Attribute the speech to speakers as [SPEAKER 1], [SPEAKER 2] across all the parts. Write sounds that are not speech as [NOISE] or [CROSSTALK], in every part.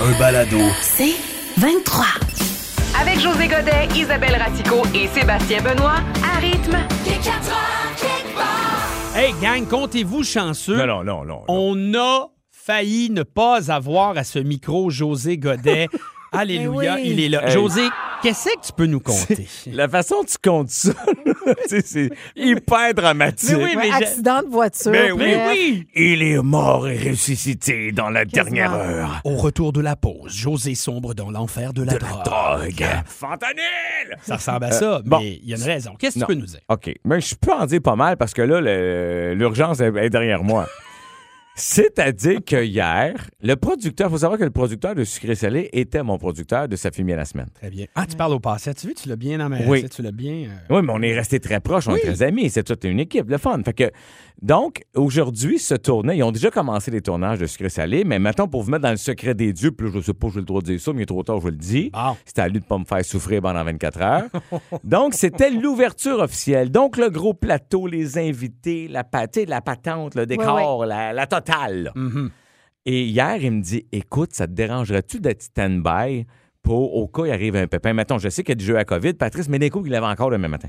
[SPEAKER 1] Un balado.
[SPEAKER 2] C'est 23.
[SPEAKER 3] Avec José Godet, Isabelle Ratico et Sébastien Benoît, à rythme.
[SPEAKER 4] Hey gang, comptez-vous chanceux.
[SPEAKER 5] Non, non, non, non.
[SPEAKER 4] On a failli ne pas avoir à ce micro José
[SPEAKER 5] [LAUGHS]
[SPEAKER 4] Godet. Alléluia,
[SPEAKER 2] Mais oui.
[SPEAKER 4] il est là.
[SPEAKER 5] Hey.
[SPEAKER 4] José, qu'est-ce que tu peux nous conter?
[SPEAKER 5] La façon dont tu comptes ça, là, [LAUGHS] tu sais, c'est hyper dramatique. Ben
[SPEAKER 4] Mais oui, mais je-
[SPEAKER 2] Accident de voiture.
[SPEAKER 5] Mais
[SPEAKER 4] Mais
[SPEAKER 2] bref.
[SPEAKER 4] oui!
[SPEAKER 5] Il est mort et ressuscité dans la dernière
[SPEAKER 2] Quasiment.
[SPEAKER 5] heure.
[SPEAKER 4] Au retour de la pause, José sombre dans l'enfer de la drogue.
[SPEAKER 5] Drogue. Fentanyl!
[SPEAKER 4] Ça ressemble à ça,
[SPEAKER 5] bon.
[SPEAKER 4] mais il y a une raison. Qu'est-ce que
[SPEAKER 5] Non.
[SPEAKER 4] tu peux nous dire?
[SPEAKER 5] OK. Mais je peux en dire pas mal parce que là, le- l'urgence est est derrière moi. C'est-à-dire que hier, le producteur, faut savoir que le producteur de Sucré Salé était mon producteur de sa fumée à la semaine.
[SPEAKER 4] Très bien. Ah, tu parles au passé. Tu vois, tu l'as bien amassé.
[SPEAKER 5] Oui.
[SPEAKER 4] Tu l'as bien. euh,
[SPEAKER 5] Oui, mais on est resté très proches, on est très amis, c'est toute une équipe, le fun. Fait que, donc, aujourd'hui, ce tournait, ils ont déjà commencé les tournages de Sucré Salé, mais maintenant, pour vous mettre dans le secret des dieux, puis là, je sais pas, je vais le droit de dire ça, mais il est trop tard, je vous le dis.
[SPEAKER 4] Bon.
[SPEAKER 5] C'était à lui de pas me faire souffrir pendant 24 heures. [LAUGHS] donc, c'était l'ouverture officielle. Donc, le gros plateau, les invités, la, pa- tu sais, la patente, le décor, La, la totale. là.
[SPEAKER 4] mhm.
[SPEAKER 5] Et hier, il me dit Écoute, ça te dérangerait-tu d'être stand-by pour au cas où il arrive un pépin Mettons, je sais qu'il y a du jeu à COVID, Patrice, mais d'un coup, il l'avait encore demain matin.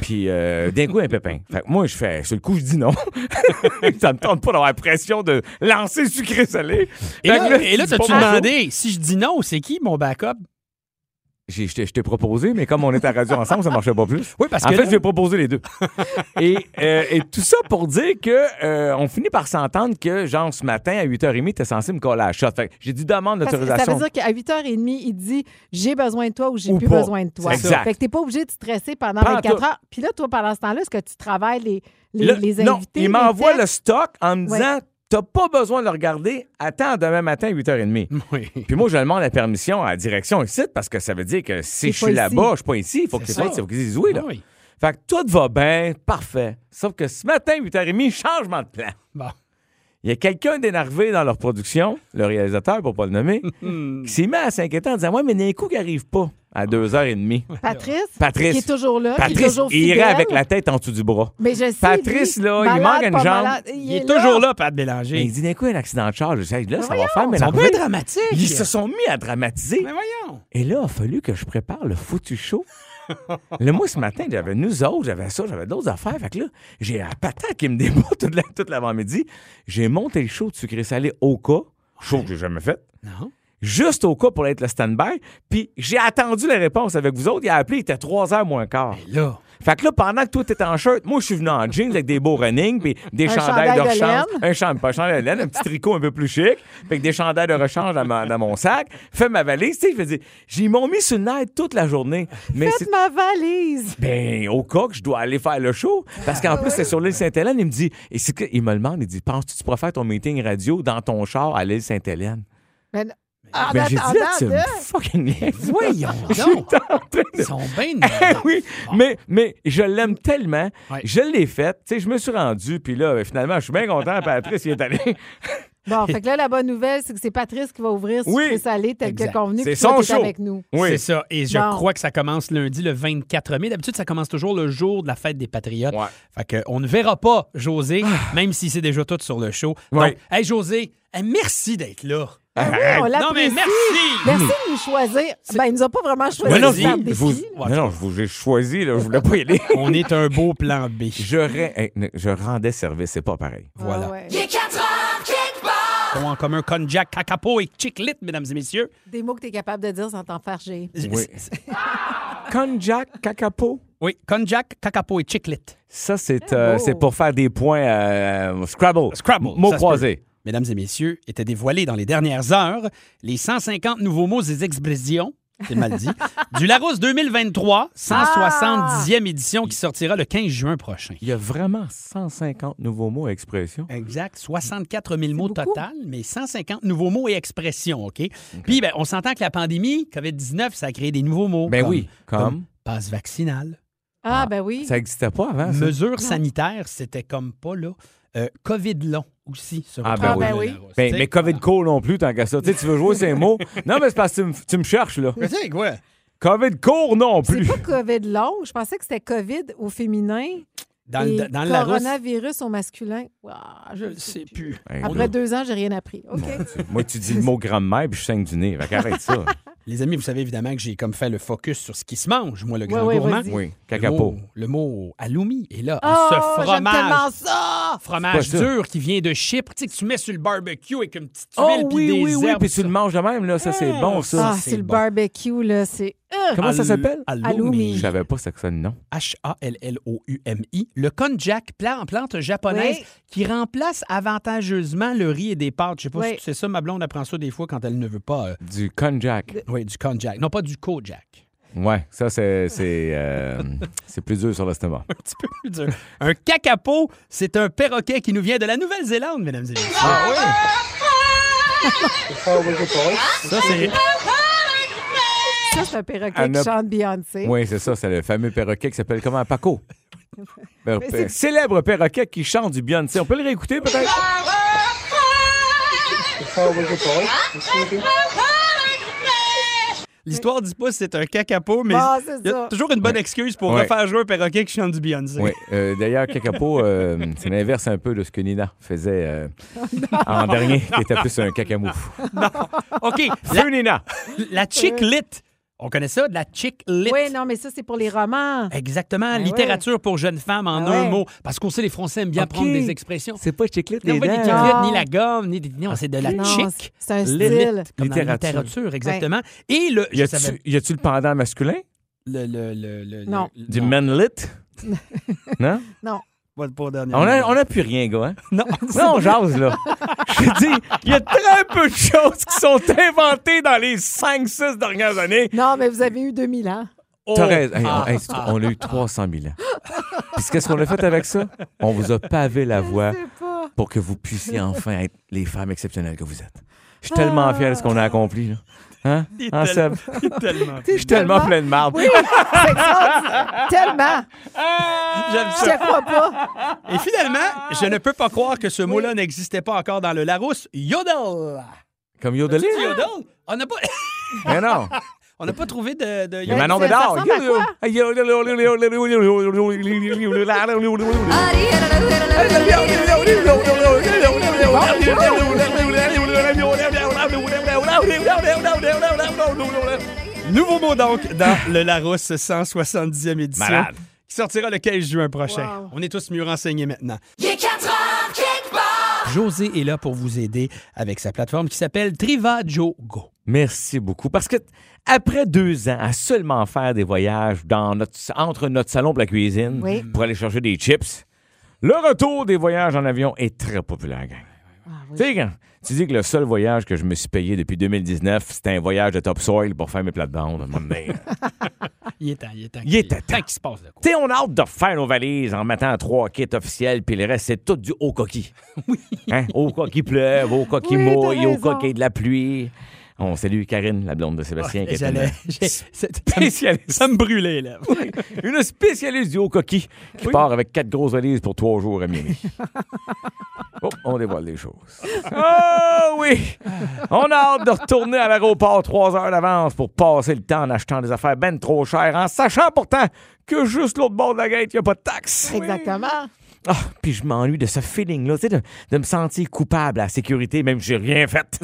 [SPEAKER 5] Puis euh, d'un coup, un pépin. Fait que moi, je fais, sur le coup, je dis non. [LAUGHS] ça me tente pas d'avoir la pression de lancer sucré salé.
[SPEAKER 4] Et
[SPEAKER 5] Fait
[SPEAKER 4] là,
[SPEAKER 5] que là,
[SPEAKER 4] et là,
[SPEAKER 5] c'est
[SPEAKER 4] t'as-tu
[SPEAKER 5] pas mal.
[SPEAKER 4] demandé si je dis non, c'est qui mon backup?
[SPEAKER 5] J'ai- Je t'ai- je t'ai proposé, mais comme on est à radio ensemble, ça marchait pas plus.
[SPEAKER 4] Oui, parce
[SPEAKER 5] en
[SPEAKER 4] que.
[SPEAKER 5] fait, je vais proposer les deux. et, euh, et tout ça pour dire que euh, on finit par s'entendre que, genre, ce matin, à 8h30, t'es censé me coller à la shot. Fait que j'ai dit demande
[SPEAKER 2] Parce que ça
[SPEAKER 5] l'autorisation.
[SPEAKER 2] veut dire qu'à 8h30, il dit j'ai besoin de toi ou j'ai
[SPEAKER 5] Ou
[SPEAKER 2] plus
[SPEAKER 5] pas.
[SPEAKER 2] besoin de toi.
[SPEAKER 5] C'est ça.
[SPEAKER 2] Fait que t'es pas obligé de stresser pendant
[SPEAKER 5] Pas en
[SPEAKER 2] 24
[SPEAKER 5] tout.
[SPEAKER 2] heures. Puis là, toi, pendant ce temps-là, est-ce que tu travailles les, les,
[SPEAKER 5] Le-
[SPEAKER 2] les invités?
[SPEAKER 5] non,
[SPEAKER 2] les
[SPEAKER 5] il m'envoie le
[SPEAKER 2] textes?
[SPEAKER 5] stock en me
[SPEAKER 2] Ouais.
[SPEAKER 5] disant T'as pas besoin de le regarder, attends demain matin à 8h30.
[SPEAKER 4] [LAUGHS] Oui.
[SPEAKER 5] Puis moi, je demande la permission à la direction ici parce que ça veut dire que
[SPEAKER 2] Il est
[SPEAKER 5] si je suis
[SPEAKER 2] pas ici.
[SPEAKER 5] là-bas, je suis pas ici. Il faut
[SPEAKER 4] C'est
[SPEAKER 5] qu'ils
[SPEAKER 4] ça.
[SPEAKER 5] fassent- faut qu'ils disent oui. Là.
[SPEAKER 4] Ah oui.
[SPEAKER 5] Fait que tout va bien, parfait. Sauf que ce matin, 8h30, changement de plan.
[SPEAKER 4] Bon.
[SPEAKER 5] Il y a quelqu'un d'énervé dans leur production, le réalisateur, pour pas
[SPEAKER 4] [LAUGHS]
[SPEAKER 5] le nommer,
[SPEAKER 4] Hmm.
[SPEAKER 5] qui s'est mis à s'inquiéter en disant Ouais, mais d'un coup, qui arrive pas
[SPEAKER 4] Ah.
[SPEAKER 5] à 2h30.
[SPEAKER 2] Patrice,
[SPEAKER 5] Patrice.
[SPEAKER 2] qui est toujours là, qui Ah, est
[SPEAKER 5] Patrice,
[SPEAKER 2] toujours
[SPEAKER 5] il
[SPEAKER 2] fidèle.
[SPEAKER 5] irait avec la tête en dessous du bras.
[SPEAKER 2] Mais je sais,
[SPEAKER 5] Patrice,
[SPEAKER 2] lui,
[SPEAKER 5] là, il
[SPEAKER 2] malade,
[SPEAKER 5] manque une
[SPEAKER 2] pas
[SPEAKER 5] jambe.
[SPEAKER 2] malade,
[SPEAKER 4] Il, est, toujours là, Pat
[SPEAKER 5] Mais
[SPEAKER 4] Bélanger.
[SPEAKER 5] il dit d'un coup, un accident de charge. Je dis, Hey, là, ça
[SPEAKER 2] Ben voyons,
[SPEAKER 5] va faire
[SPEAKER 4] C'est un
[SPEAKER 5] m'énerver.
[SPEAKER 4] peu dramatique.
[SPEAKER 5] Ils se sont mis à dramatiser.
[SPEAKER 4] Mais voyons.
[SPEAKER 5] Et là, il a fallu que je prépare le
[SPEAKER 4] [LAUGHS]
[SPEAKER 5] foutu show. là, moi, ce matin, j'avais nous autres, j'avais ça, j'avais d'autres affaires. Fait que là, j'ai la patate qui me démonte toute la- toute l'avant-midi. J'ai monté le show de sucré salé au cas, show que j'ai jamais fait,
[SPEAKER 4] Non.
[SPEAKER 5] juste au cas pour être le stand-by. Puis j'ai attendu la réponse avec vous autres. Il a appelé, il était 3 h moins quart.
[SPEAKER 4] Et là.
[SPEAKER 5] Fait que là, pendant que toi, t'es en shirt, moi, je suis venu en jeans avec des beaux running, puis des
[SPEAKER 2] Un
[SPEAKER 5] chandails
[SPEAKER 2] chandail
[SPEAKER 5] de
[SPEAKER 2] de
[SPEAKER 5] rechange.
[SPEAKER 2] laine.
[SPEAKER 5] Un chandail, pas un chandail de laine, un petit tricot un peu plus chic, puis des chandails de rechange dans, ma- dans mon sac. Fais ma valise, tu sais, je veux dire, ils m'ont mis sur le nerf toute la journée. Mais c'est
[SPEAKER 2] Faites ma valise.
[SPEAKER 5] ben, au cas que je dois aller faire le show. Parce
[SPEAKER 2] Ah
[SPEAKER 5] qu'en plus, c'est sur l'île Sainte-Hélène. Il me dit, et c'est que- il me demande, il dit, penses-tu que tu pourras faire ton meeting radio dans ton char à l'île Sainte-Hélène?
[SPEAKER 2] Mais, Ah, en
[SPEAKER 5] Ben, j'ai dit, là,
[SPEAKER 2] attendant
[SPEAKER 5] tu me
[SPEAKER 2] de-
[SPEAKER 5] fucking niaises. [LAUGHS]
[SPEAKER 4] Voyons
[SPEAKER 5] Je suis en
[SPEAKER 4] donc.
[SPEAKER 5] train de [LAUGHS]
[SPEAKER 4] Ils sont bien.
[SPEAKER 5] Eh oui, mais, mais je l'aime tellement.
[SPEAKER 4] Ouais.
[SPEAKER 5] Je l'ai faite. Tu sais, je me suis rendu, puis là, euh, finalement, je suis
[SPEAKER 4] [LAUGHS]
[SPEAKER 5] bien content. Patrice, il est allé.
[SPEAKER 2] Bon, fait que là, la bonne nouvelle, c'est que c'est Patrice qui va ouvrir ce
[SPEAKER 5] Oui.
[SPEAKER 2] Sucré Salé tel
[SPEAKER 4] Exact.
[SPEAKER 2] que convenu.
[SPEAKER 5] C'est
[SPEAKER 2] puis toi,
[SPEAKER 5] son
[SPEAKER 2] t'es
[SPEAKER 5] show.
[SPEAKER 2] avec nous.
[SPEAKER 4] C'est
[SPEAKER 5] Oui.
[SPEAKER 4] ça. Et je
[SPEAKER 2] Bon.
[SPEAKER 4] crois que ça commence lundi, le 24 mai. D'habitude, ça commence toujours le jour de la fête des Patriotes.
[SPEAKER 5] Ouais. Ah.
[SPEAKER 4] Fait que on ne verra pas José, même si c'est déjà tout sur le show.
[SPEAKER 5] Ouais.
[SPEAKER 4] Donc, hey José, hey, merci d'être
[SPEAKER 5] [LAUGHS]
[SPEAKER 4] là.
[SPEAKER 2] Ah oui, on
[SPEAKER 4] non, mais
[SPEAKER 2] l'apprécie.
[SPEAKER 4] merci!
[SPEAKER 2] Merci de nous choisir. Ben, il nous a pas vraiment choisi.
[SPEAKER 5] Mais non,
[SPEAKER 2] de
[SPEAKER 5] je
[SPEAKER 2] faire
[SPEAKER 5] vous,
[SPEAKER 2] des
[SPEAKER 5] je vous-
[SPEAKER 2] filles.
[SPEAKER 5] non, non, je vous- j'ai choisi, là, je voulais pas y aller.
[SPEAKER 4] [LAUGHS] On est un beau plan B.
[SPEAKER 5] Je, re- eh, ne- je rendais service, c'est pas pareil.
[SPEAKER 4] Voilà.
[SPEAKER 2] Ah ouais.
[SPEAKER 4] Ont en commun Konjac, Kakapo et Chiclit, mesdames et messieurs.
[SPEAKER 2] Des mots que tu es capable de dire sans t'en faire gérer.
[SPEAKER 5] Oui. Konjac, Kakapo,
[SPEAKER 4] [LAUGHS] Oui, Konjac, Kakapo et Chiclit.
[SPEAKER 5] ça, c'est euh,
[SPEAKER 2] beau.
[SPEAKER 5] c'est pour faire des points euh, Scrabble.
[SPEAKER 4] Scrabble.
[SPEAKER 5] Mots
[SPEAKER 4] ça se
[SPEAKER 5] croisés.
[SPEAKER 4] peut. Mesdames et messieurs, étaient dévoilés dans les dernières heures les 150 nouveaux mots et expressions c'est mal
[SPEAKER 5] [LAUGHS]
[SPEAKER 4] dit, du Larousse 2023,
[SPEAKER 5] Ah!
[SPEAKER 4] 170e édition qui sortira le 15 juin prochain.
[SPEAKER 5] Il y a vraiment 150 nouveaux mots et expressions.
[SPEAKER 4] Exact, 64 000 mots total, mais 150 nouveaux mots et expressions, OK? Puis, ben, on s'entend que la pandémie, COVID-19, ça a créé des nouveaux mots.
[SPEAKER 5] Ben
[SPEAKER 4] comme-
[SPEAKER 5] oui, comme-
[SPEAKER 4] passe vaccinale,
[SPEAKER 2] Ah, ben oui.
[SPEAKER 5] Ça n'existait pas avant. Ah, ça.
[SPEAKER 4] mesures sanitaires, c'était comme pas là. Euh, COVID long aussi. se
[SPEAKER 5] Ah,
[SPEAKER 4] retrouve
[SPEAKER 2] ben
[SPEAKER 4] dans
[SPEAKER 2] oui.
[SPEAKER 4] la Larousse.
[SPEAKER 5] Ben,
[SPEAKER 4] Tu sais, Ah.
[SPEAKER 5] mais COVID
[SPEAKER 4] voilà.
[SPEAKER 5] cool non plus, tant qu'à ça. Tu sais, tu veux jouer ces mots. Non, mais c'est parce que tu me- tu me cherches, là.
[SPEAKER 4] Mais tu sais quoi?
[SPEAKER 5] COVID court non
[SPEAKER 2] C'est
[SPEAKER 5] plus. [LAUGHS] Ben,
[SPEAKER 2] pas COVID long. Je pensais que c'était COVID au féminin
[SPEAKER 4] Dans,
[SPEAKER 2] et
[SPEAKER 4] le- dans le Larousse,
[SPEAKER 2] coronavirus au masculin. Ouah, je
[SPEAKER 4] je
[SPEAKER 2] le
[SPEAKER 4] le sais plus.
[SPEAKER 5] Hey,
[SPEAKER 2] Après
[SPEAKER 5] là,
[SPEAKER 2] deux ans, j'ai rien appris. OK.
[SPEAKER 5] Moi, tu dis le mot grand-mère, puis je saigne du nez. Fait qu'arrête [LAUGHS] ça.
[SPEAKER 4] Les amis, vous savez évidemment que j'ai comme fait le focus sur ce qui se mange, moi, le grand
[SPEAKER 2] ouais,
[SPEAKER 4] gourmand.
[SPEAKER 2] vas-y.
[SPEAKER 5] Oui,
[SPEAKER 4] Le
[SPEAKER 5] cacapo.
[SPEAKER 4] mot, le mot aloumi est là.
[SPEAKER 5] Ah,
[SPEAKER 2] Oh,
[SPEAKER 4] ce
[SPEAKER 2] j'aime tellement
[SPEAKER 4] fromage,
[SPEAKER 2] ça!
[SPEAKER 4] fromage
[SPEAKER 5] C'est pas ça.
[SPEAKER 4] dur qui vient de Chypre, tu sais, que tu mets sur le barbecue avec une petite huile
[SPEAKER 5] Oh
[SPEAKER 4] puis
[SPEAKER 5] oui,
[SPEAKER 4] des
[SPEAKER 5] oui, oui,
[SPEAKER 4] herbes,
[SPEAKER 5] puis tu le
[SPEAKER 4] ça.
[SPEAKER 5] manges de même, là. Ça, c'est bon, ça.
[SPEAKER 2] Ah,
[SPEAKER 4] c'est
[SPEAKER 2] c'est le
[SPEAKER 4] bon.
[SPEAKER 2] barbecue, là. C'est... Euh,
[SPEAKER 5] Comment ça
[SPEAKER 4] Al-
[SPEAKER 5] s'appelle? Je
[SPEAKER 4] Halloumi.
[SPEAKER 5] savais pas ça que ça le nom.
[SPEAKER 4] H-A-L-L-O-U-M-I, le konjac, plant en plante japonaise
[SPEAKER 2] Oui.
[SPEAKER 4] qui remplace avantageusement le riz et des pâtes. Je sais pas
[SPEAKER 2] Oui.
[SPEAKER 4] si c'est ça, ma blonde apprend ça des fois quand elle ne veut pas. euh,
[SPEAKER 5] Du konjac.
[SPEAKER 4] oui, du konjac. Non, pas du kojak.
[SPEAKER 5] Ouais, ça, c'est c'est, euh, c'est plus dur sur l'estomac.
[SPEAKER 4] Un petit peu plus dur. Un kakapo, c'est un perroquet qui nous vient de la Nouvelle-Zélande, mesdames et messieurs.
[SPEAKER 2] Ah
[SPEAKER 4] Ça, c'est.
[SPEAKER 2] ça, c'est un perroquet
[SPEAKER 5] Anna-
[SPEAKER 2] qui chante Beyoncé.
[SPEAKER 5] Oui, c'est ça, c'est le fameux perroquet qui s'appelle
[SPEAKER 4] [LAUGHS]
[SPEAKER 5] comment? Paco. Per-
[SPEAKER 2] Mais
[SPEAKER 5] per-
[SPEAKER 2] c'est-
[SPEAKER 5] Célèbre perroquet qui chante du Beyoncé. On peut le
[SPEAKER 4] [LAUGHS]
[SPEAKER 5] réécouter peut-être?
[SPEAKER 4] L'histoire dit pas si c'est un kakapo, mais
[SPEAKER 2] Bon, Ah, c'est
[SPEAKER 4] il y a
[SPEAKER 2] ça.
[SPEAKER 4] toujours une bonne excuse pour
[SPEAKER 5] Ouais.
[SPEAKER 4] refaire jouer un perroquet qui chante du Beyoncé.
[SPEAKER 5] Oui. Euh, D'ailleurs, Kakapo, euh, c'est l'inverse un peu de ce que Nina faisait
[SPEAKER 4] [LAUGHS]
[SPEAKER 5] euh,
[SPEAKER 4] Oh,
[SPEAKER 5] en dernier, qui était plus un cacamouf.
[SPEAKER 4] OK, la,
[SPEAKER 5] Feu Nina!
[SPEAKER 4] la chick lit. On connaît ça, de la chick lit.
[SPEAKER 2] Oui, non, mais ça, c'est pour les romans.
[SPEAKER 4] Exactement,
[SPEAKER 2] Ben
[SPEAKER 4] littérature pour jeunes femmes en
[SPEAKER 2] Ben
[SPEAKER 4] un
[SPEAKER 2] ouais.
[SPEAKER 4] mot. Parce qu'on sait, les Français aiment bien
[SPEAKER 5] Ok.
[SPEAKER 4] prendre des expressions.
[SPEAKER 5] C'est pas chiclite,
[SPEAKER 4] Non,
[SPEAKER 5] les
[SPEAKER 4] pas des
[SPEAKER 5] dents.
[SPEAKER 4] chiclettes,
[SPEAKER 2] Non.
[SPEAKER 4] ni la gomme, ni des... Non, c'est de la
[SPEAKER 2] Non,
[SPEAKER 4] chick.
[SPEAKER 2] c'est un
[SPEAKER 4] lit,
[SPEAKER 2] style.
[SPEAKER 4] Comme dans la
[SPEAKER 5] Littérature.
[SPEAKER 4] littérature, exactement. Et le...
[SPEAKER 5] Y
[SPEAKER 4] je
[SPEAKER 5] a-tu
[SPEAKER 4] savais-
[SPEAKER 5] y a-tu le pendant masculin?
[SPEAKER 4] le, le, le, le-
[SPEAKER 2] Non.
[SPEAKER 4] le-
[SPEAKER 5] Du
[SPEAKER 4] non, [LAUGHS]
[SPEAKER 5] manlit? non?
[SPEAKER 4] pas- pas le dernier.
[SPEAKER 5] On a, on a plus rien, gars. Hein? [LAUGHS]
[SPEAKER 4] Non.
[SPEAKER 5] Là, on
[SPEAKER 4] [LAUGHS]
[SPEAKER 5] jase, là. Je te dis, il y a très peu de choses qui sont inventées dans les 5-6 dernières années.
[SPEAKER 2] Non, mais vous avez eu hein. 2000 ans.
[SPEAKER 4] Oh.
[SPEAKER 5] T'as raison. Hey,
[SPEAKER 4] Ah.
[SPEAKER 5] hey, c'est- on a eu 300 000 ans. Puis qu'est-ce qu'on a fait avec ça? On vous a pavé la voie
[SPEAKER 2] Je sais pas.
[SPEAKER 5] pour que vous puissiez enfin être les femmes exceptionnelles que vous êtes. Je suis tellement fier de ce qu'on a accompli. Là. Hein?
[SPEAKER 4] Ah. Il est
[SPEAKER 5] Hein, Seb?
[SPEAKER 4] tellement- il est tellement-
[SPEAKER 5] Je suis tellement plein de marde.
[SPEAKER 2] Oui, c'est extraordinaire. tellement.
[SPEAKER 4] J'aime
[SPEAKER 2] Je
[SPEAKER 4] ça. Ah!
[SPEAKER 2] te crois pas.
[SPEAKER 4] Et finalement, je ne peux pas croire que ce mot-là n'existait pas encore dans le Larousse. Yodel.
[SPEAKER 5] Comme Yodelé?
[SPEAKER 4] Tu dis Yodel? On n'a pas, [LAUGHS]
[SPEAKER 5] Mais
[SPEAKER 2] [LAUGHS]
[SPEAKER 5] non.
[SPEAKER 4] on n'a pas trouvé de... de
[SPEAKER 5] Il y
[SPEAKER 4] yodel.
[SPEAKER 5] a Manon
[SPEAKER 2] ça- ça
[SPEAKER 5] Bédard.
[SPEAKER 2] ressemble à quoi?
[SPEAKER 4] Nouveau mot donc dans le Larousse 170e édition.
[SPEAKER 5] Malade.
[SPEAKER 4] Qui sortira le 15 juin prochain.
[SPEAKER 2] Wow.
[SPEAKER 4] On est tous mieux renseignés maintenant. José est là pour vous aider avec sa plateforme qui s'appelle Trivago Go.
[SPEAKER 5] [LAUGHS] Merci beaucoup. Parce que après deux ans à seulement faire des voyages dans notre, entre notre salon et la cuisine
[SPEAKER 2] Oui.
[SPEAKER 5] pour aller chercher des chips, le retour des voyages en avion est très populaire, gang.
[SPEAKER 2] Ah,
[SPEAKER 5] Tu sais, quand tu dis que le seul voyage que je me suis payé depuis 2019, c'était un voyage de topsoil pour faire mes plates-bandes. à un moment donné.
[SPEAKER 4] Il est temps, il est temps.
[SPEAKER 5] Il est
[SPEAKER 4] qu'il-
[SPEAKER 5] temps.
[SPEAKER 4] qu'il se passe de quoi.
[SPEAKER 5] tu sais, on a hâte de faire nos valises en mettant trois kits officiels, puis le reste, c'est tout du
[SPEAKER 4] [LAUGHS]
[SPEAKER 5] haut coquille. Hein? Au coq qui pleuve, au coq qui
[SPEAKER 2] Oui, t'as
[SPEAKER 5] mouille, au coq
[SPEAKER 2] raison.
[SPEAKER 5] qui a de la pluie. On salue Karine, la blonde de Sébastien, qui est
[SPEAKER 4] [LAUGHS] J'allais-
[SPEAKER 5] une
[SPEAKER 4] j'ai- c'est- ça me-
[SPEAKER 5] spécialiste,
[SPEAKER 4] Ça me brûlait, là.
[SPEAKER 5] [LAUGHS] une spécialiste du haut coquille qui part avec quatre grosses valises pour trois jours à Miami. Oh, on dévoile les choses. Oh oui! On a hâte de retourner à l'aéroport trois heures d'avance pour passer le temps en achetant des affaires ben trop chères, en sachant pourtant que juste l'autre bord de la gate, il n'y a pas de taxe.
[SPEAKER 2] Exactement.
[SPEAKER 5] Ah, puis je m'ennuie de ce feeling-là, tu sais, de, de me sentir coupable à la sécurité, même si j'ai rien fait.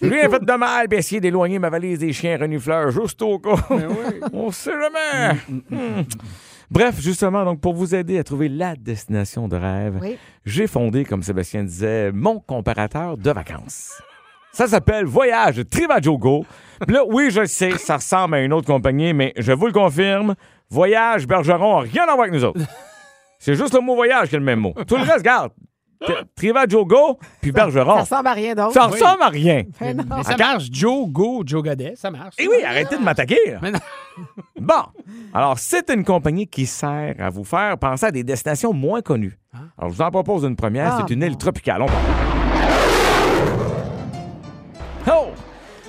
[SPEAKER 5] J'ai rien fait de mal, puis essayer d'éloigner ma valise des chiens renifleurs juste au cas. [LAUGHS] On sait jamais. Hmm. Bref, justement, donc pour vous aider à trouver la destination de rêve,
[SPEAKER 2] Oui.
[SPEAKER 5] j'ai fondé, comme Sébastien disait, mon comparateur de vacances. Ça s'appelle Voyage Trivajogo. Puis Là, oui, je le sais, ça ressemble à une autre compagnie, mais je vous le confirme, Voyage Bergeron n'a rien à voir avec nous autres. C'est juste le mot voyage qui est le même mot. Tout le reste, regarde. Trivago Go, puis Bergeron.
[SPEAKER 2] Ça ressemble à rien d'autre.
[SPEAKER 5] Ça ressemble à rien.
[SPEAKER 2] Mais non.
[SPEAKER 4] [LAUGHS] Mais ça marche. Joe, go, Joe Godet, ça marche.
[SPEAKER 5] Eh oui, arrêtez de m'attaquer. là.
[SPEAKER 4] Mais non.
[SPEAKER 5] [LAUGHS] Bon, alors c'est une compagnie qui sert à vous faire penser à des destinations moins connues. Alors je vous en propose une première,
[SPEAKER 2] Hein? Ah,
[SPEAKER 5] c'est une île tropicale. On part. Oh!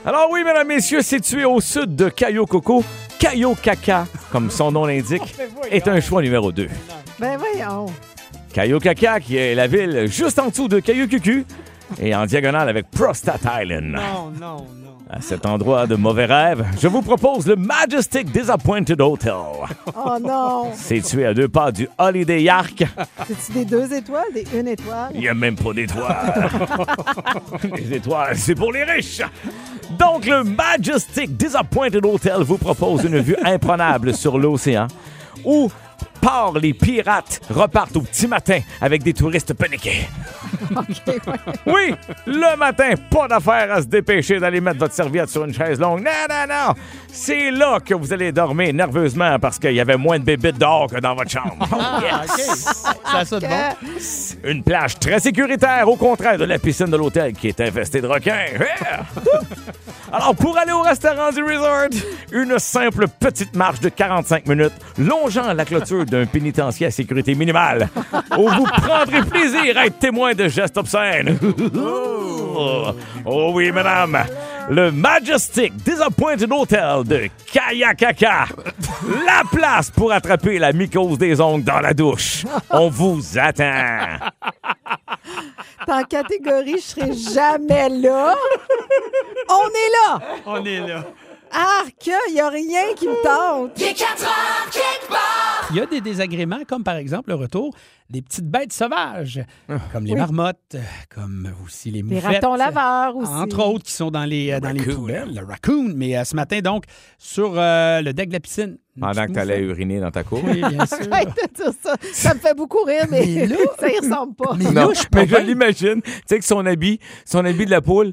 [SPEAKER 5] Alors oui, mesdames, messieurs, située au sud de Cayo Coco, Cayo Caca, comme son nom
[SPEAKER 2] [LAUGHS]
[SPEAKER 5] l'indique, est un choix numéro 2.
[SPEAKER 2] Ben voyons.
[SPEAKER 5] Cayo Caca, qui est la ville juste en dessous de Cayo Cucu, et en diagonale avec Prostate Island.
[SPEAKER 4] Non, Oh, non, non.
[SPEAKER 5] À cet endroit de mauvais rêves, je vous propose le Majestic Disappointed Hotel.
[SPEAKER 2] Oh non.
[SPEAKER 5] C'est tué à deux pas du Holiday Yark.
[SPEAKER 2] C'est-tu des deux étoiles, des une étoile?
[SPEAKER 5] Il n'y a même pas d'étoiles. les étoiles, c'est pour les riches. Donc, le Majestic Disappointed Hotel vous propose une vue imprenable sur l'océan où part les pirates repartent au petit matin avec des touristes paniqués. Oui, le matin, pas d'affaire à se dépêcher d'aller mettre votre serviette sur une chaise longue. Non, non, non. C'est là que vous allez dormir nerveusement parce qu'il y avait moins de bébites dehors que dans votre chambre. Yes.
[SPEAKER 4] Ça
[SPEAKER 2] [LAUGHS]
[SPEAKER 4] sonne bon.
[SPEAKER 5] Une plage très sécuritaire, au contraire de la piscine de l'hôtel qui est infestée de requins. Yeah! Alors, pour aller au restaurant du resort, une simple petite marche de 45 minutes, longeant la clôture d'un pénitencier à sécurité minimale, où vous prendrez plaisir à être témoin de gestes obscènes. Oh, oh oui, madame. Le Majestic Disappointed Hotel de Kayakaka. La place pour attraper la mycose des ongles dans la douche. On vous attend.
[SPEAKER 2] T'es en catégorie, je serai jamais là. On est là.
[SPEAKER 4] On est là.
[SPEAKER 2] Arc, il n'y a rien qui me tente.
[SPEAKER 4] Il y a des désagréments, comme par exemple le retour des petites bêtes sauvages, comme les marmottes, euh, comme aussi les
[SPEAKER 2] Ah. Les
[SPEAKER 4] moufettes.
[SPEAKER 2] ratons laveurs aussi.
[SPEAKER 4] Entre autres, qui sont dans les, euh, dans les poubelles, le raccoon. Mais euh, ce matin, donc, sur euh, le deck de la piscine. une
[SPEAKER 5] Pendant que
[SPEAKER 4] petite
[SPEAKER 5] t'allais
[SPEAKER 4] moufette.
[SPEAKER 5] uriner dans ta cour. [LAUGHS]
[SPEAKER 4] Oui, bien sûr.
[SPEAKER 2] Arrête de dire ça. Ça me fait beaucoup rire, mais,
[SPEAKER 4] Mais là-
[SPEAKER 2] [LAUGHS] ça y ressemble pas.
[SPEAKER 4] Mais
[SPEAKER 5] Non,
[SPEAKER 4] là, je suis pas
[SPEAKER 5] mais je
[SPEAKER 4] bien.
[SPEAKER 5] l'imagine. Tu sais que son habit, son habit de la poule.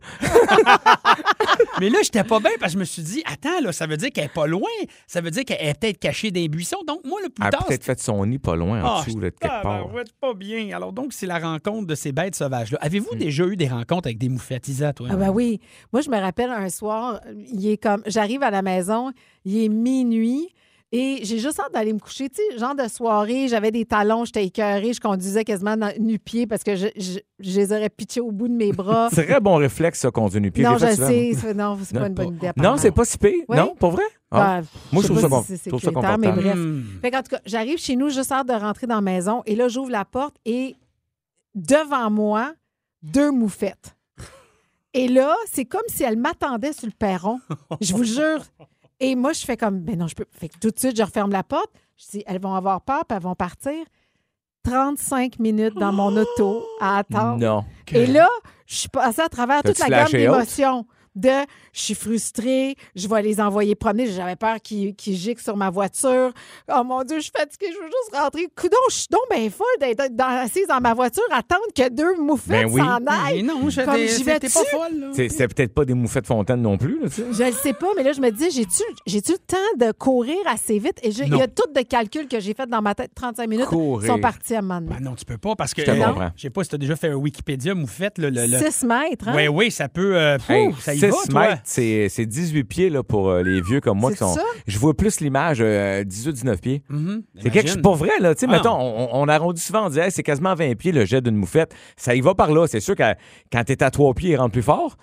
[SPEAKER 4] Mais là, j'étais pas bien parce que je me suis dit, attends, là, ça veut dire qu'elle est pas loin. Ça veut dire qu'elle est peut-être cachée dans les buissons. Donc, moi, le plus
[SPEAKER 5] Elle a
[SPEAKER 4] tard.
[SPEAKER 5] peut-être fait son nid pas loin en dessous, là, de quelque part.
[SPEAKER 4] Ah, tabarouette, pas bien. Alors, donc, c'est la rencontre de ces bêtes sauvages-là. Avez-vous
[SPEAKER 5] Hmm.
[SPEAKER 4] déjà eu des rencontres avec des moufettes, Isa, toi?
[SPEAKER 2] Ah ben oui. Moi, je me rappelle un soir, il est comme j'arrive à la maison, il est minuit. Et j'ai juste hâte d'aller me coucher. Tu sais, genre de soirée, j'avais des talons, j'étais écœurée, je conduisais quasiment dans- nu-pied parce que je, je- je les aurais pitchés au bout de mes
[SPEAKER 5] [LAUGHS]
[SPEAKER 2] bras.
[SPEAKER 5] Très bon réflexe, ça, conduire nu pied.
[SPEAKER 2] non,
[SPEAKER 5] J'ai fait
[SPEAKER 2] je
[SPEAKER 5] souvent,
[SPEAKER 2] sais. c'est- Non, c'est
[SPEAKER 5] Non,
[SPEAKER 2] pas une bonne idée.
[SPEAKER 5] moi. Non, c'est pas si pire.
[SPEAKER 2] Oui.
[SPEAKER 5] Non, pas vrai? Ah.
[SPEAKER 2] apparemment.
[SPEAKER 5] Moi,
[SPEAKER 2] Ben,
[SPEAKER 5] je
[SPEAKER 2] sais
[SPEAKER 5] trouve
[SPEAKER 2] pas
[SPEAKER 5] ça bon.
[SPEAKER 2] si c'est
[SPEAKER 5] Je trouve ça
[SPEAKER 2] sécuritaire, mais
[SPEAKER 5] confortable.
[SPEAKER 2] bref.
[SPEAKER 4] Hmm.
[SPEAKER 2] Fait en tout cas, j'arrive chez nous, juste hâte de rentrer dans la maison. Et là, j'ouvre la porte et devant moi, deux moufettes. Et là, c'est comme si elles m'attendaient sur le perron. Je vous le jure. Et moi, je fais comme, ben non, je peux. Fait que tout de suite, je referme la porte. Je dis, elles vont avoir peur, puis elles vont partir. 35 minutes dans mon auto à attendre.
[SPEAKER 5] Non.
[SPEAKER 4] Hein.
[SPEAKER 2] Et là, je suis passée à travers toute
[SPEAKER 5] T'as-tu
[SPEAKER 2] la gamme
[SPEAKER 5] flashé haute?
[SPEAKER 2] d'émotions. De je suis frustrée, je vais les envoyer promener, j'avais peur qu'ils qu'ils giclent sur ma voiture. Oh mon Dieu, je suis fatiguée, je veux juste rentrer. Coudon, je suis donc bien folle d'être dans- assise dans ma voiture, attendre que deux moufettes
[SPEAKER 5] Ben oui.
[SPEAKER 2] s'en
[SPEAKER 4] Mais
[SPEAKER 2] aillent.
[SPEAKER 4] non, je
[SPEAKER 2] Comme
[SPEAKER 4] t'es- t'es-
[SPEAKER 2] j'y vais
[SPEAKER 4] t'es pas
[SPEAKER 2] dessus.
[SPEAKER 4] folle, là.
[SPEAKER 5] C'est- C'était peut-être pas des moufettes fontaines non plus, là, tu sais.
[SPEAKER 2] Je le sais pas, mais là, je me dis, j'ai-tu j'ai-tu le temps de courir assez vite? Et j'ai- il y a tout de calcul que j'ai fait dans ma tête, 35 minutes,
[SPEAKER 5] Courir.
[SPEAKER 2] sont partis à un moment donné.
[SPEAKER 4] Ben non, tu peux pas parce que.
[SPEAKER 5] te
[SPEAKER 4] euh,
[SPEAKER 5] comprends.
[SPEAKER 4] Je sais pas si t'as déjà fait un Wikipédia, moufette, le. Ben, le, le...
[SPEAKER 2] 6 mètres, hein?
[SPEAKER 4] Oui, oui, ça peut. euh, pfff,
[SPEAKER 5] Hey,
[SPEAKER 4] ça y
[SPEAKER 5] six
[SPEAKER 4] va, toi.
[SPEAKER 5] mètres, c'est c'est 18 pieds là, pour euh, les vieux comme moi qui
[SPEAKER 2] C'est
[SPEAKER 5] sont.
[SPEAKER 2] ça?
[SPEAKER 5] Je vois plus l'image 18-19 pieds.
[SPEAKER 4] Mhm,
[SPEAKER 5] C'est quelque chose
[SPEAKER 4] imagine.
[SPEAKER 5] pour vrai, là. Tu sais,
[SPEAKER 4] Ah.
[SPEAKER 5] mettons, on, on arrondit souvent, on dit, Hey, c'est quasiment 20 pieds le jet d'une moufette. Ça y va par là. C'est sûr que quand t'es à 3 pieds, il rentre plus
[SPEAKER 4] [LAUGHS]
[SPEAKER 5] fort.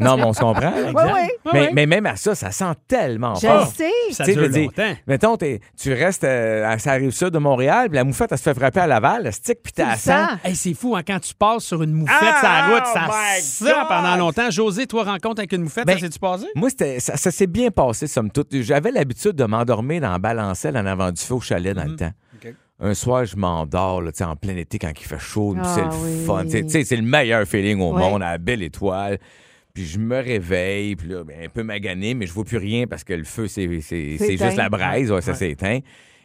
[SPEAKER 5] non, mais on se comprend.
[SPEAKER 2] Oui,
[SPEAKER 4] Exact.
[SPEAKER 2] oui.
[SPEAKER 4] Ouais,
[SPEAKER 5] Mais,
[SPEAKER 4] ouais.
[SPEAKER 5] mais même à ça, ça sent tellement
[SPEAKER 2] Ah Je le
[SPEAKER 4] ah.
[SPEAKER 5] fort.
[SPEAKER 2] sais.
[SPEAKER 4] Ça
[SPEAKER 5] Tu sais, je
[SPEAKER 4] dure
[SPEAKER 5] veux dire,
[SPEAKER 4] longtemps.
[SPEAKER 5] Mettons, t'es- tu restes euh, à ça arrive sud de Montréal, puis la moufette, elle se fait frapper à Laval, le stick, puis
[SPEAKER 2] Tu
[SPEAKER 5] t'as
[SPEAKER 2] le
[SPEAKER 5] ça.
[SPEAKER 2] sens.
[SPEAKER 4] Hey, c'est fou, hein, quand tu passes sur une moufette,
[SPEAKER 5] Ah,
[SPEAKER 4] ça route, ça
[SPEAKER 5] oh my
[SPEAKER 4] sent
[SPEAKER 5] God!
[SPEAKER 4] pendant longtemps. José, toi, rencontre avec une moufette,
[SPEAKER 5] Ben,
[SPEAKER 4] ça s'est-tu passé?
[SPEAKER 5] Moi, c'était- ça, ça s'est bien passé, somme toute. J'avais l'habitude de m'endormir dans la balancelle en avant du feu au chalet dans le temps.
[SPEAKER 4] OK.
[SPEAKER 5] Un soir, je m'endors, là, tu sais, en plein été, quand il fait chaud, puis
[SPEAKER 2] Ah
[SPEAKER 5] c'est le
[SPEAKER 2] oui.
[SPEAKER 5] fun. Tu sais, tu sais, c'est le meilleur feeling au
[SPEAKER 2] Ouais.
[SPEAKER 5] monde, à la belle étoile. Puis je me réveille, puis là, ben, un peu magané, mais je vois plus rien parce que le feu, c'est c'est- c'est
[SPEAKER 2] éteint.
[SPEAKER 5] juste la braise, ouais, ça s'éteint.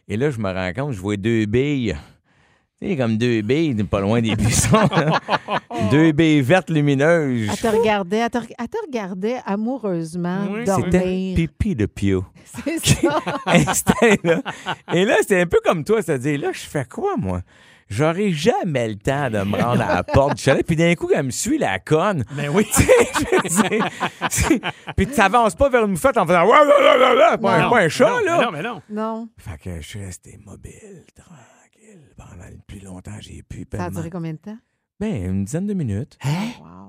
[SPEAKER 5] Et là, je me rends compte, je vois deux billes. Tu sais, comme deux billes, pas loin des buissons. là.
[SPEAKER 2] [LAUGHS]
[SPEAKER 5] deux billes vertes lumineuses.
[SPEAKER 2] Elle te regardait, elle te, elle te regardait amoureusement
[SPEAKER 4] Oui.
[SPEAKER 5] C'était
[SPEAKER 2] [LAUGHS] dormir.
[SPEAKER 5] pipi de Pio.
[SPEAKER 2] C'est ça.
[SPEAKER 5] [LAUGHS] instinct, là. Et là, c'est un peu comme toi, c'est-à-dire, là, je fais quoi, moi? J'aurais jamais le temps de me rendre à la porte du chalet. Puis d'un coup, elle me suit la conne.
[SPEAKER 4] Mais Ben oui.
[SPEAKER 5] [LAUGHS] Tu sais, je veux dire, c'est- Puis tu t'avances pas vers une moufette en faisant. Ouais, ouais, ouais, ouais, ouais, pas un-
[SPEAKER 4] Non,
[SPEAKER 5] pas un chat,
[SPEAKER 4] non,
[SPEAKER 5] là.
[SPEAKER 4] mais Ben Non, mais non.
[SPEAKER 2] Non.
[SPEAKER 5] Fait que je suis resté mobile, tranquille. Pendant le plus longtemps, j'ai pu.
[SPEAKER 2] Ça a duré Hein? combien de temps?
[SPEAKER 5] Ben, une dizaine de minutes.
[SPEAKER 2] Wow.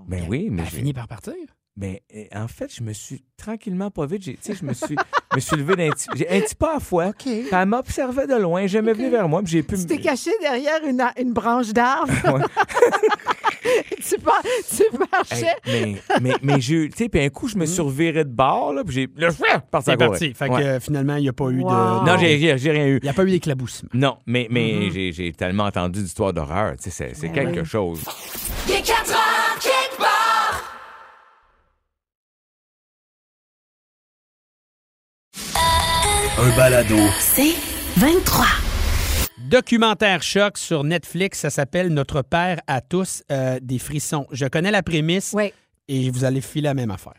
[SPEAKER 5] Ben oui, mais
[SPEAKER 4] Elle
[SPEAKER 5] j'ai-
[SPEAKER 4] finit par partir.
[SPEAKER 5] ben, euh, en fait, je me suis tranquillement, pas vite, j'ai- tu sais, je me suis, me suis levé d'un petit, j'ai un petit pas à fois. Puis Elle m'observait de loin, jamais venue vers moi, puis j'ai pu.
[SPEAKER 2] Tu
[SPEAKER 5] me- eh,
[SPEAKER 2] t'es caché derrière une, a- une branche d'arbre.
[SPEAKER 5] Ouais.
[SPEAKER 2] [LAUGHS] tu, par- tu
[SPEAKER 5] Hey,
[SPEAKER 2] marchais.
[SPEAKER 5] mais mais, mais j'ai eu- tu sais, puis un coup, je me suis
[SPEAKER 2] Mm.
[SPEAKER 5] reviré de bord, là, puis j'ai. Là, je suis parti à
[SPEAKER 4] C'est
[SPEAKER 5] courir.
[SPEAKER 4] parti. Fait que
[SPEAKER 5] Ouais.
[SPEAKER 4] euh, finalement, il n'y a pas eu
[SPEAKER 2] Wow.
[SPEAKER 4] de.
[SPEAKER 5] Non, j'ai j'ai- j'ai rien eu.
[SPEAKER 4] Il n'y a pas eu d'éclaboussement.
[SPEAKER 5] Non, mais, mais
[SPEAKER 2] Mm-hmm.
[SPEAKER 5] j'ai- j'ai tellement entendu d'histoires d'horreur, tu sais, c'est-
[SPEAKER 2] Ben
[SPEAKER 5] c'est quelque chose.
[SPEAKER 1] Un balado.
[SPEAKER 6] C'est 23.
[SPEAKER 4] Documentaire choc sur Netflix, ça s'appelle Notre Père à tous euh, des frissons. Je connais la prémisse
[SPEAKER 2] Oui.
[SPEAKER 4] et vous allez filer la même affaire.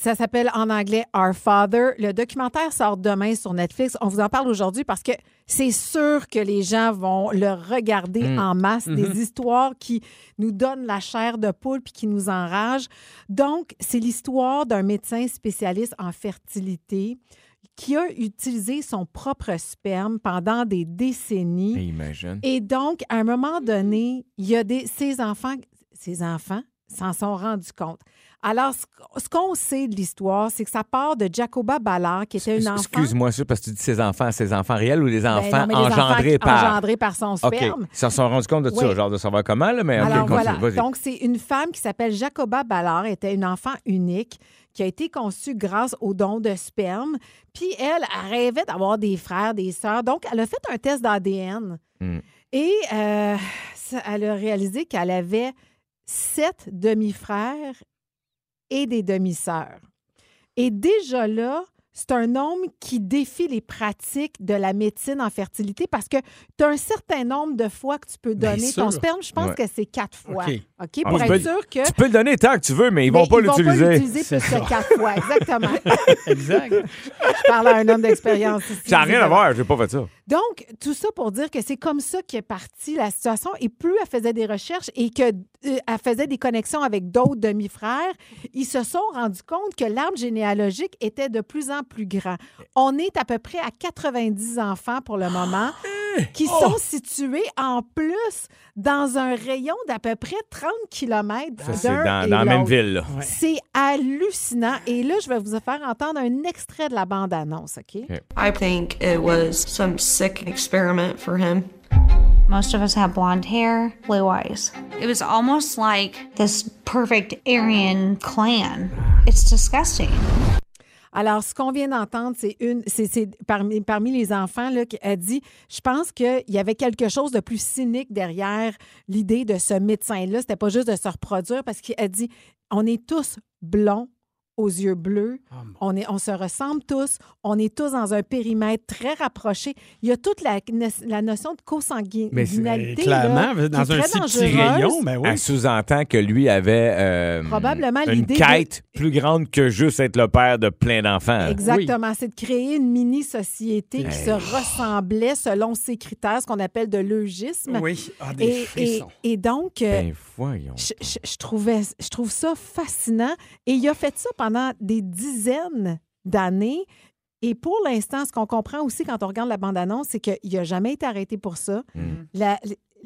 [SPEAKER 2] Ça s'appelle en anglais Our Father. Le documentaire sort demain sur Netflix. On vous en parle aujourd'hui parce que c'est sûr que les gens vont le regarder en masse. Des histoires qui nous donnent la chair de poule puis qui nous enragent. Donc, c'est l'histoire d'un médecin spécialiste en fertilité qui a utilisé son propre sperme pendant des décennies.
[SPEAKER 5] Hey, Imagine.
[SPEAKER 2] Et donc, à un moment donné, il y a des, ces enfants, ces enfants s'en sont rendus compte. Alors, ce qu- ce qu'on sait de l'histoire, c'est que ça part de Jacoba Ballard, qui était une enfant.
[SPEAKER 5] Excuse-moi, ça, parce que tu dis ses enfants, ses enfants réels ou les
[SPEAKER 2] Ben non,
[SPEAKER 5] enfants
[SPEAKER 2] mais les enfants
[SPEAKER 5] engendrés
[SPEAKER 2] qui-
[SPEAKER 5] par.
[SPEAKER 2] engendrés par son
[SPEAKER 5] OK.
[SPEAKER 2] sperme.
[SPEAKER 5] Ils se sont rendus compte de ça,
[SPEAKER 2] Oui.
[SPEAKER 5] genre de savoir comment, là, mais OK,
[SPEAKER 2] Alors
[SPEAKER 5] continue,
[SPEAKER 2] voilà,
[SPEAKER 5] vas-y.
[SPEAKER 2] donc c'est une femme qui s'appelle Jacoba Ballard, était une enfant unique qui a été conçue grâce au don de sperme. Puis elle, elle rêvait d'avoir des frères, des sœurs. Donc elle a fait un test d'ADN
[SPEAKER 5] Hmm.
[SPEAKER 2] et euh, ça- elle a réalisé qu'elle avait sept demi-frères et des demi-sœurs. Et déjà là, c'est un nombre qui défie les pratiques de la médecine en fertilité parce que tu as un certain nombre de fois que tu peux
[SPEAKER 4] Bien
[SPEAKER 2] donner
[SPEAKER 4] sûr.
[SPEAKER 2] ton sperme. Je pense
[SPEAKER 5] Ouais.
[SPEAKER 2] que c'est quatre fois.
[SPEAKER 4] OK.
[SPEAKER 2] OK?
[SPEAKER 5] Ah,
[SPEAKER 2] pour
[SPEAKER 5] tu
[SPEAKER 2] être
[SPEAKER 5] peux-
[SPEAKER 2] sûr que.
[SPEAKER 5] Tu peux le donner tant que tu veux, mais ils vont
[SPEAKER 2] mais
[SPEAKER 5] pas
[SPEAKER 2] ils vont
[SPEAKER 5] l'utiliser.
[SPEAKER 4] C'est
[SPEAKER 2] plus
[SPEAKER 4] ça.
[SPEAKER 2] que quatre fois, exactement.
[SPEAKER 4] [LAUGHS] Exact.
[SPEAKER 2] Je parle à un homme d'expérience ici.
[SPEAKER 5] Ça n'a rien à voir, j'ai pas fait ça.
[SPEAKER 2] Donc, tout ça pour dire que c'est comme ça qu'est partie la situation. Et plus elle faisait des recherches et qu'elle faisait des connexions avec d'autres demi-frères, ils se sont rendus compte que l'arbre généalogique était de plus en plus grand. On est à peu près à 90 enfants pour le moment
[SPEAKER 5] Ah,
[SPEAKER 2] qui
[SPEAKER 5] Oh!
[SPEAKER 2] sont situés en plus dans un rayon d'à peu près 30 kilomètres
[SPEAKER 5] Ça, c'est
[SPEAKER 2] d'un
[SPEAKER 5] dans,
[SPEAKER 2] et
[SPEAKER 5] dans la même
[SPEAKER 2] l'autre.
[SPEAKER 5] ville, là.
[SPEAKER 4] Ouais.
[SPEAKER 2] C'est hallucinant. Et là, je vais vous faire entendre un extrait de la bande-annonce, OK?
[SPEAKER 7] I think it was some sick experiment for him.
[SPEAKER 8] Most of us have blonde hair, blue eyes. It was almost like this perfect Aryan clan. It's disgusting.
[SPEAKER 2] Alors, ce qu'on vient d'entendre, c'est une, c'est, c'est parmi, parmi les enfants là, qui a dit, je pense qu'il y avait quelque chose de plus cynique derrière l'idée de ce médecin-là. C'était pas juste de se reproduire parce qu'il a dit, on est tous blonds aux yeux bleus,
[SPEAKER 4] Ah,
[SPEAKER 2] on, est, on se ressemble tous, on est tous dans un périmètre très rapproché. Il y a toute la, la notion de
[SPEAKER 5] Mais c'est-
[SPEAKER 2] consanguinalité.
[SPEAKER 4] euh,
[SPEAKER 2] là,
[SPEAKER 4] Clairement,
[SPEAKER 2] qui est
[SPEAKER 4] dans un
[SPEAKER 2] très
[SPEAKER 4] si petit
[SPEAKER 2] dangereuse.
[SPEAKER 4] rayon, mais oui.
[SPEAKER 5] Elle sous-entend que lui avait euh,
[SPEAKER 2] Probablement
[SPEAKER 5] une
[SPEAKER 2] l'idée de-
[SPEAKER 5] quête plus grande que juste être le père de plein d'enfants.
[SPEAKER 2] Exactement. C'est de créer une mini-société qui se ressemblait selon ces critères, ce qu'on appelle de l'eugisme.
[SPEAKER 4] Oui, ah, des
[SPEAKER 2] Et, et-
[SPEAKER 4] frissons.
[SPEAKER 2] et donc, euh,
[SPEAKER 5] Ben voyons.
[SPEAKER 2] je, je- je trouvais, je trouve ça fascinant. Et il a fait ça pendant des dizaines d'années. Et pour l'instant, ce qu'on comprend aussi quand on regarde la bande-annonce, c'est qu'il n'a jamais été arrêté pour ça.
[SPEAKER 5] Mhm.
[SPEAKER 2] La-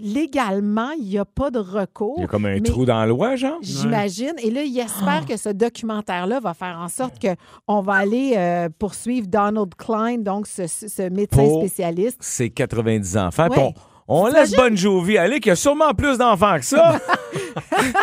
[SPEAKER 2] légalement, il n'y a pas de recours.
[SPEAKER 5] Il y a comme un
[SPEAKER 2] mais-
[SPEAKER 5] trou dans l'oie, genre?
[SPEAKER 2] J'imagine. Et là, il espère
[SPEAKER 5] Ah.
[SPEAKER 2] que ce documentaire-là va faire en sorte qu'on va aller euh, poursuivre Donald Klein, donc ce, ce- ce médecin
[SPEAKER 5] Pour-
[SPEAKER 2] spécialiste.
[SPEAKER 5] C'est 90 enfants. puis
[SPEAKER 2] Ouais.
[SPEAKER 5] On, on laisse Bonne Jovie aller, qu'il y a sûrement plus d'enfants que
[SPEAKER 2] [LAUGHS]
[SPEAKER 5] ça.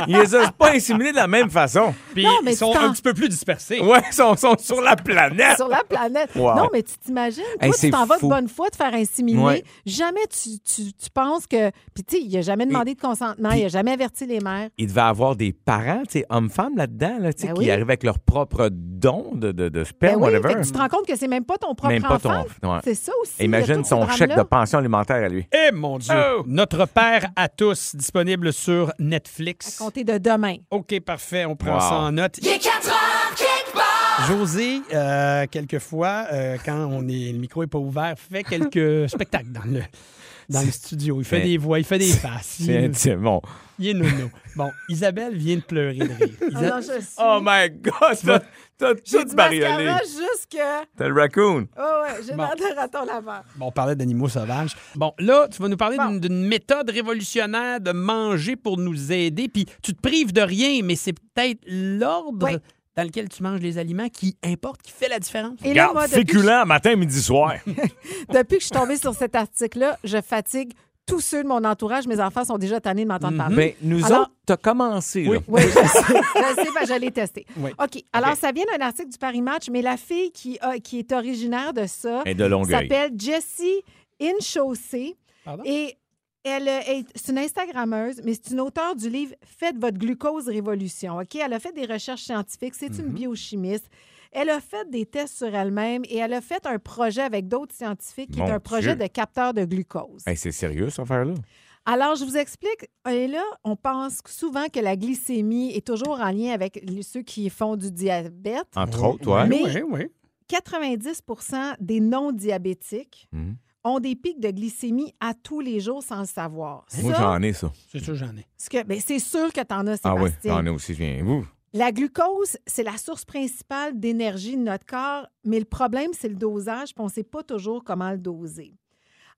[SPEAKER 5] Ils les ont pas assimilés de la même façon.
[SPEAKER 4] Puis
[SPEAKER 2] Non, mais Oh.
[SPEAKER 4] ils sont
[SPEAKER 2] tu t'en-
[SPEAKER 4] un petit peu plus dispersés.
[SPEAKER 5] Ouais, ils sont, sont sur la planète.
[SPEAKER 2] Sur la planète.
[SPEAKER 5] Wow.
[SPEAKER 2] Non, mais tu t'imagines, toi,
[SPEAKER 5] Hey, c'est
[SPEAKER 2] tu t'en vas de
[SPEAKER 5] fou.
[SPEAKER 2] bonne foi te faire inséminer.
[SPEAKER 5] Ouais.
[SPEAKER 2] Jamais tu, tu- tu penses que. Puis, tu sais, il n'a jamais demandé de consentement, il n'a jamais averti les mères.
[SPEAKER 5] Il devait avoir des parents, tu sais, hommes-femmes là-dedans, là, tu sais,
[SPEAKER 2] Ben
[SPEAKER 5] qui
[SPEAKER 2] oui.
[SPEAKER 5] arrivent avec leur propre don de, de, de
[SPEAKER 2] Ben
[SPEAKER 5] sperme,
[SPEAKER 2] oui, fait
[SPEAKER 5] whatever.
[SPEAKER 2] que tu te rends compte que c'est même pas ton propre
[SPEAKER 5] Même pas ton.
[SPEAKER 2] enfant.
[SPEAKER 5] ouais.
[SPEAKER 2] C'est ça aussi. il y a
[SPEAKER 5] Imagine
[SPEAKER 2] tout ce
[SPEAKER 5] son chèque de
[SPEAKER 2] drame-là.
[SPEAKER 5] pension alimentaire à lui.
[SPEAKER 4] Eh mon Dieu!
[SPEAKER 5] Oh!
[SPEAKER 4] Notre Père à tous, disponible sur
[SPEAKER 2] À
[SPEAKER 4] Netflix.
[SPEAKER 2] compter de demain.
[SPEAKER 4] OK, parfait, on prend
[SPEAKER 5] Wow.
[SPEAKER 4] ça en note. José,
[SPEAKER 5] [LAUGHS]
[SPEAKER 4] euh, quelquefois, euh, quand on est, le micro n'est pas ouvert, fait quelques spectacles dans le, dans le studio. Il fait
[SPEAKER 5] Mais-
[SPEAKER 4] des voix, il fait des faces. Il,
[SPEAKER 5] C'est intime. Bon.
[SPEAKER 2] Mmh.
[SPEAKER 4] il est nono. Bon, Isabelle vient de pleurer de
[SPEAKER 5] [LAUGHS]
[SPEAKER 4] rire. Isa-
[SPEAKER 2] non, je suis-
[SPEAKER 5] Oh my God! T'as- T'as tout bariolé.
[SPEAKER 2] Mascara jusque...
[SPEAKER 5] T'as le raccoon.
[SPEAKER 2] Oh ouais, j'ai
[SPEAKER 4] Bon.
[SPEAKER 2] l'air d'un raton laveur.
[SPEAKER 4] Bon, on parlait d'animaux sauvages. Bon, là, tu vas nous parler d'une- d'une méthode révolutionnaire de manger pour nous aider. Puis tu te prives de rien, mais c'est peut-être l'ordre
[SPEAKER 2] Oui.
[SPEAKER 4] dans lequel tu manges les aliments qui importe, qui fait la différence.
[SPEAKER 2] Et là,
[SPEAKER 5] Garde,
[SPEAKER 2] moi, depuis, que
[SPEAKER 5] féculent matin, midi, [LAUGHS] soir.
[SPEAKER 2] je- depuis que je suis tombée sur cet article-là, je fatigue tous ceux de mon entourage. Mes enfants sont déjà tannés de m'entendre parler.
[SPEAKER 5] Mais Ben, nous
[SPEAKER 2] Alors-
[SPEAKER 5] autres, t'as commencé.
[SPEAKER 4] Oui.
[SPEAKER 5] là.
[SPEAKER 2] Oui, je sais, je sais, ben, je l'ai testé.
[SPEAKER 4] Oui.
[SPEAKER 2] OK. Alors, ça vient d'un article du Paris Match, mais la fille qui, a- qui est originaire de ça
[SPEAKER 5] Et de Longueuil.
[SPEAKER 2] s'appelle Jessie Inchaussé.
[SPEAKER 4] Pardon?
[SPEAKER 2] Et elle euh, est, c'est une Instagrammeuse, mais c'est une auteure du livre Faites votre glucose révolution. OK? Elle a fait des recherches scientifiques. C'est une biochimiste. Elle a fait des tests sur elle-même et elle a fait un projet avec d'autres scientifiques qui est
[SPEAKER 5] Mon
[SPEAKER 2] un projet
[SPEAKER 5] Dieu.
[SPEAKER 2] de capteur de glucose.
[SPEAKER 5] Hey, c'est sérieux, cette affaire-là?
[SPEAKER 2] Alors, je vous explique. Et là, on pense souvent que la glycémie est toujours en lien avec les- ceux qui font du diabète.
[SPEAKER 5] Entre
[SPEAKER 4] Oui,
[SPEAKER 5] autres, ouais.
[SPEAKER 4] Oui,
[SPEAKER 2] Mais-
[SPEAKER 4] oui.
[SPEAKER 2] 90 des non-diabétiques
[SPEAKER 5] Mhm.
[SPEAKER 2] ont des pics de glycémie à tous les jours sans le savoir.
[SPEAKER 5] Moi,
[SPEAKER 2] Ça,
[SPEAKER 5] j'en ai, ça.
[SPEAKER 4] C'est sûr, j'en ai.
[SPEAKER 2] ce que- ben, c'est sûr que tu en as,
[SPEAKER 5] Ah oui,
[SPEAKER 2] Sébastien.
[SPEAKER 5] j'en ai aussi, viens. Vous.
[SPEAKER 2] La glucose, c'est la source principale d'énergie de notre corps, mais le problème, c'est le dosage, puis on ne sait pas toujours comment le doser.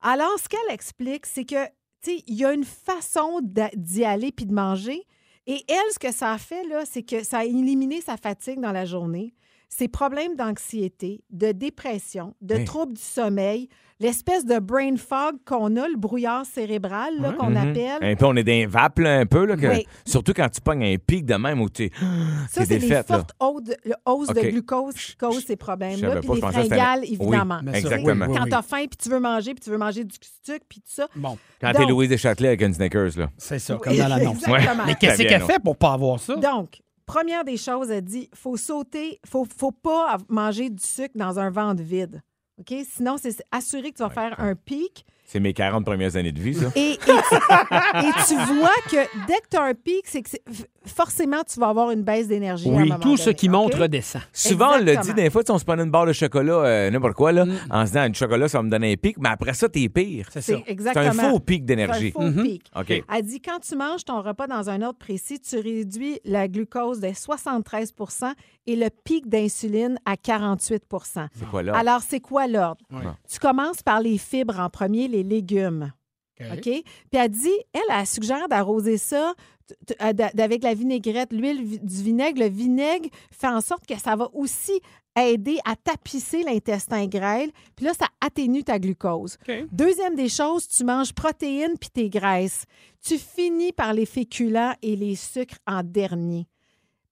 [SPEAKER 2] Alors, ce qu'elle explique, c'est que, tu sais, il y a une façon d'a- d'y aller puis de manger. Et elle, ce que ça a fait, là, c'est que ça a éliminé sa fatigue dans la journée, ses problèmes d'anxiété, de dépression, de
[SPEAKER 5] Hey.
[SPEAKER 2] troubles du sommeil, l'espèce de brain fog qu'on a, le brouillard cérébral, là, qu'on
[SPEAKER 5] Mhm.
[SPEAKER 2] appelle.
[SPEAKER 5] Un peu, on est d'un vape, là, un peu. Là, que-
[SPEAKER 2] Oui.
[SPEAKER 5] Surtout quand tu pognes un pic de même où tu
[SPEAKER 2] Ça,
[SPEAKER 5] t'es
[SPEAKER 2] c'est des
[SPEAKER 5] défaite, là.
[SPEAKER 2] fortes hausses de, le- hausses de
[SPEAKER 5] OK.
[SPEAKER 2] glucose qui causent ces
[SPEAKER 5] je
[SPEAKER 2] problèmes-là.
[SPEAKER 5] savais
[SPEAKER 2] Puis
[SPEAKER 5] pas,
[SPEAKER 2] des
[SPEAKER 5] je pensais que c'était-
[SPEAKER 2] fringales,
[SPEAKER 5] Oui,
[SPEAKER 2] évidemment.
[SPEAKER 4] Mais ça,
[SPEAKER 5] exactement.
[SPEAKER 4] oui,
[SPEAKER 2] Quand
[SPEAKER 4] oui.
[SPEAKER 2] t'as faim, puis tu veux manger, puis tu veux manger du sucre, puis tout ça.
[SPEAKER 4] Bon,
[SPEAKER 5] Quand t'es
[SPEAKER 2] Donc-
[SPEAKER 5] Louise Deschâtelet avec une Snickers, là.
[SPEAKER 4] c'est ça,
[SPEAKER 2] Oui,
[SPEAKER 4] comme dans l'annonce.
[SPEAKER 2] [LAUGHS] exactement.
[SPEAKER 4] Mais qu'est-ce
[SPEAKER 5] Ça vient,
[SPEAKER 4] qu'elle
[SPEAKER 5] non.
[SPEAKER 4] fait pour pas avoir ça?
[SPEAKER 2] Donc, première des choses, elle dit, faut sauter, faut, faut pas av- manger du sucre dans un ventre vide. OK? Sinon, c'est assuré que tu vas faire un pic.
[SPEAKER 5] C'est mes 40 premières années de vie, ça.
[SPEAKER 2] Et, et tu, et tu vois que dès que tu as un pic, c'est que c'est- f- forcément, tu vas avoir une baisse d'énergie. à un
[SPEAKER 4] Oui,
[SPEAKER 2] moment
[SPEAKER 4] tout ce
[SPEAKER 2] donné,
[SPEAKER 4] qui
[SPEAKER 2] OK?
[SPEAKER 4] montre descend.
[SPEAKER 5] Souvent, on le dit
[SPEAKER 2] Exactement.
[SPEAKER 5] des fois, tu sais, on se prend une barre de chocolat, euh, n'importe quoi, là, en se disant, du chocolat, ça va me donner un pic, mais après ça, t'es pire.
[SPEAKER 4] C'est ça.
[SPEAKER 2] C'est
[SPEAKER 5] C'est
[SPEAKER 2] exactement.
[SPEAKER 5] un faux pic
[SPEAKER 2] C'est un
[SPEAKER 5] d'énergie. Mhm.
[SPEAKER 2] faux pic.
[SPEAKER 5] OK.
[SPEAKER 2] Elle dit quand tu manges ton repas dans un ordre précis, tu réduis la glucose de 73 et le pic d'insuline à 48
[SPEAKER 5] C'est quoi, là?
[SPEAKER 2] Alors, c'est quoi l'ordre? Tu commences par les fibres en premier, les légumes. OK? Puis elle dit, elle, elle suggère d'arroser ça t- t- euh, d'a- avec la vinaigrette, l'huile vi- du vinaigre. Le vinaigre fait en sorte que ça va aussi aider à tapisser l'intestin grêle. Puis là, ça atténue ta glucose.
[SPEAKER 4] OK.
[SPEAKER 2] Deuxième des choses, tu manges protéines puis tes graisses. Tu finis par les féculents et les sucres en dernier.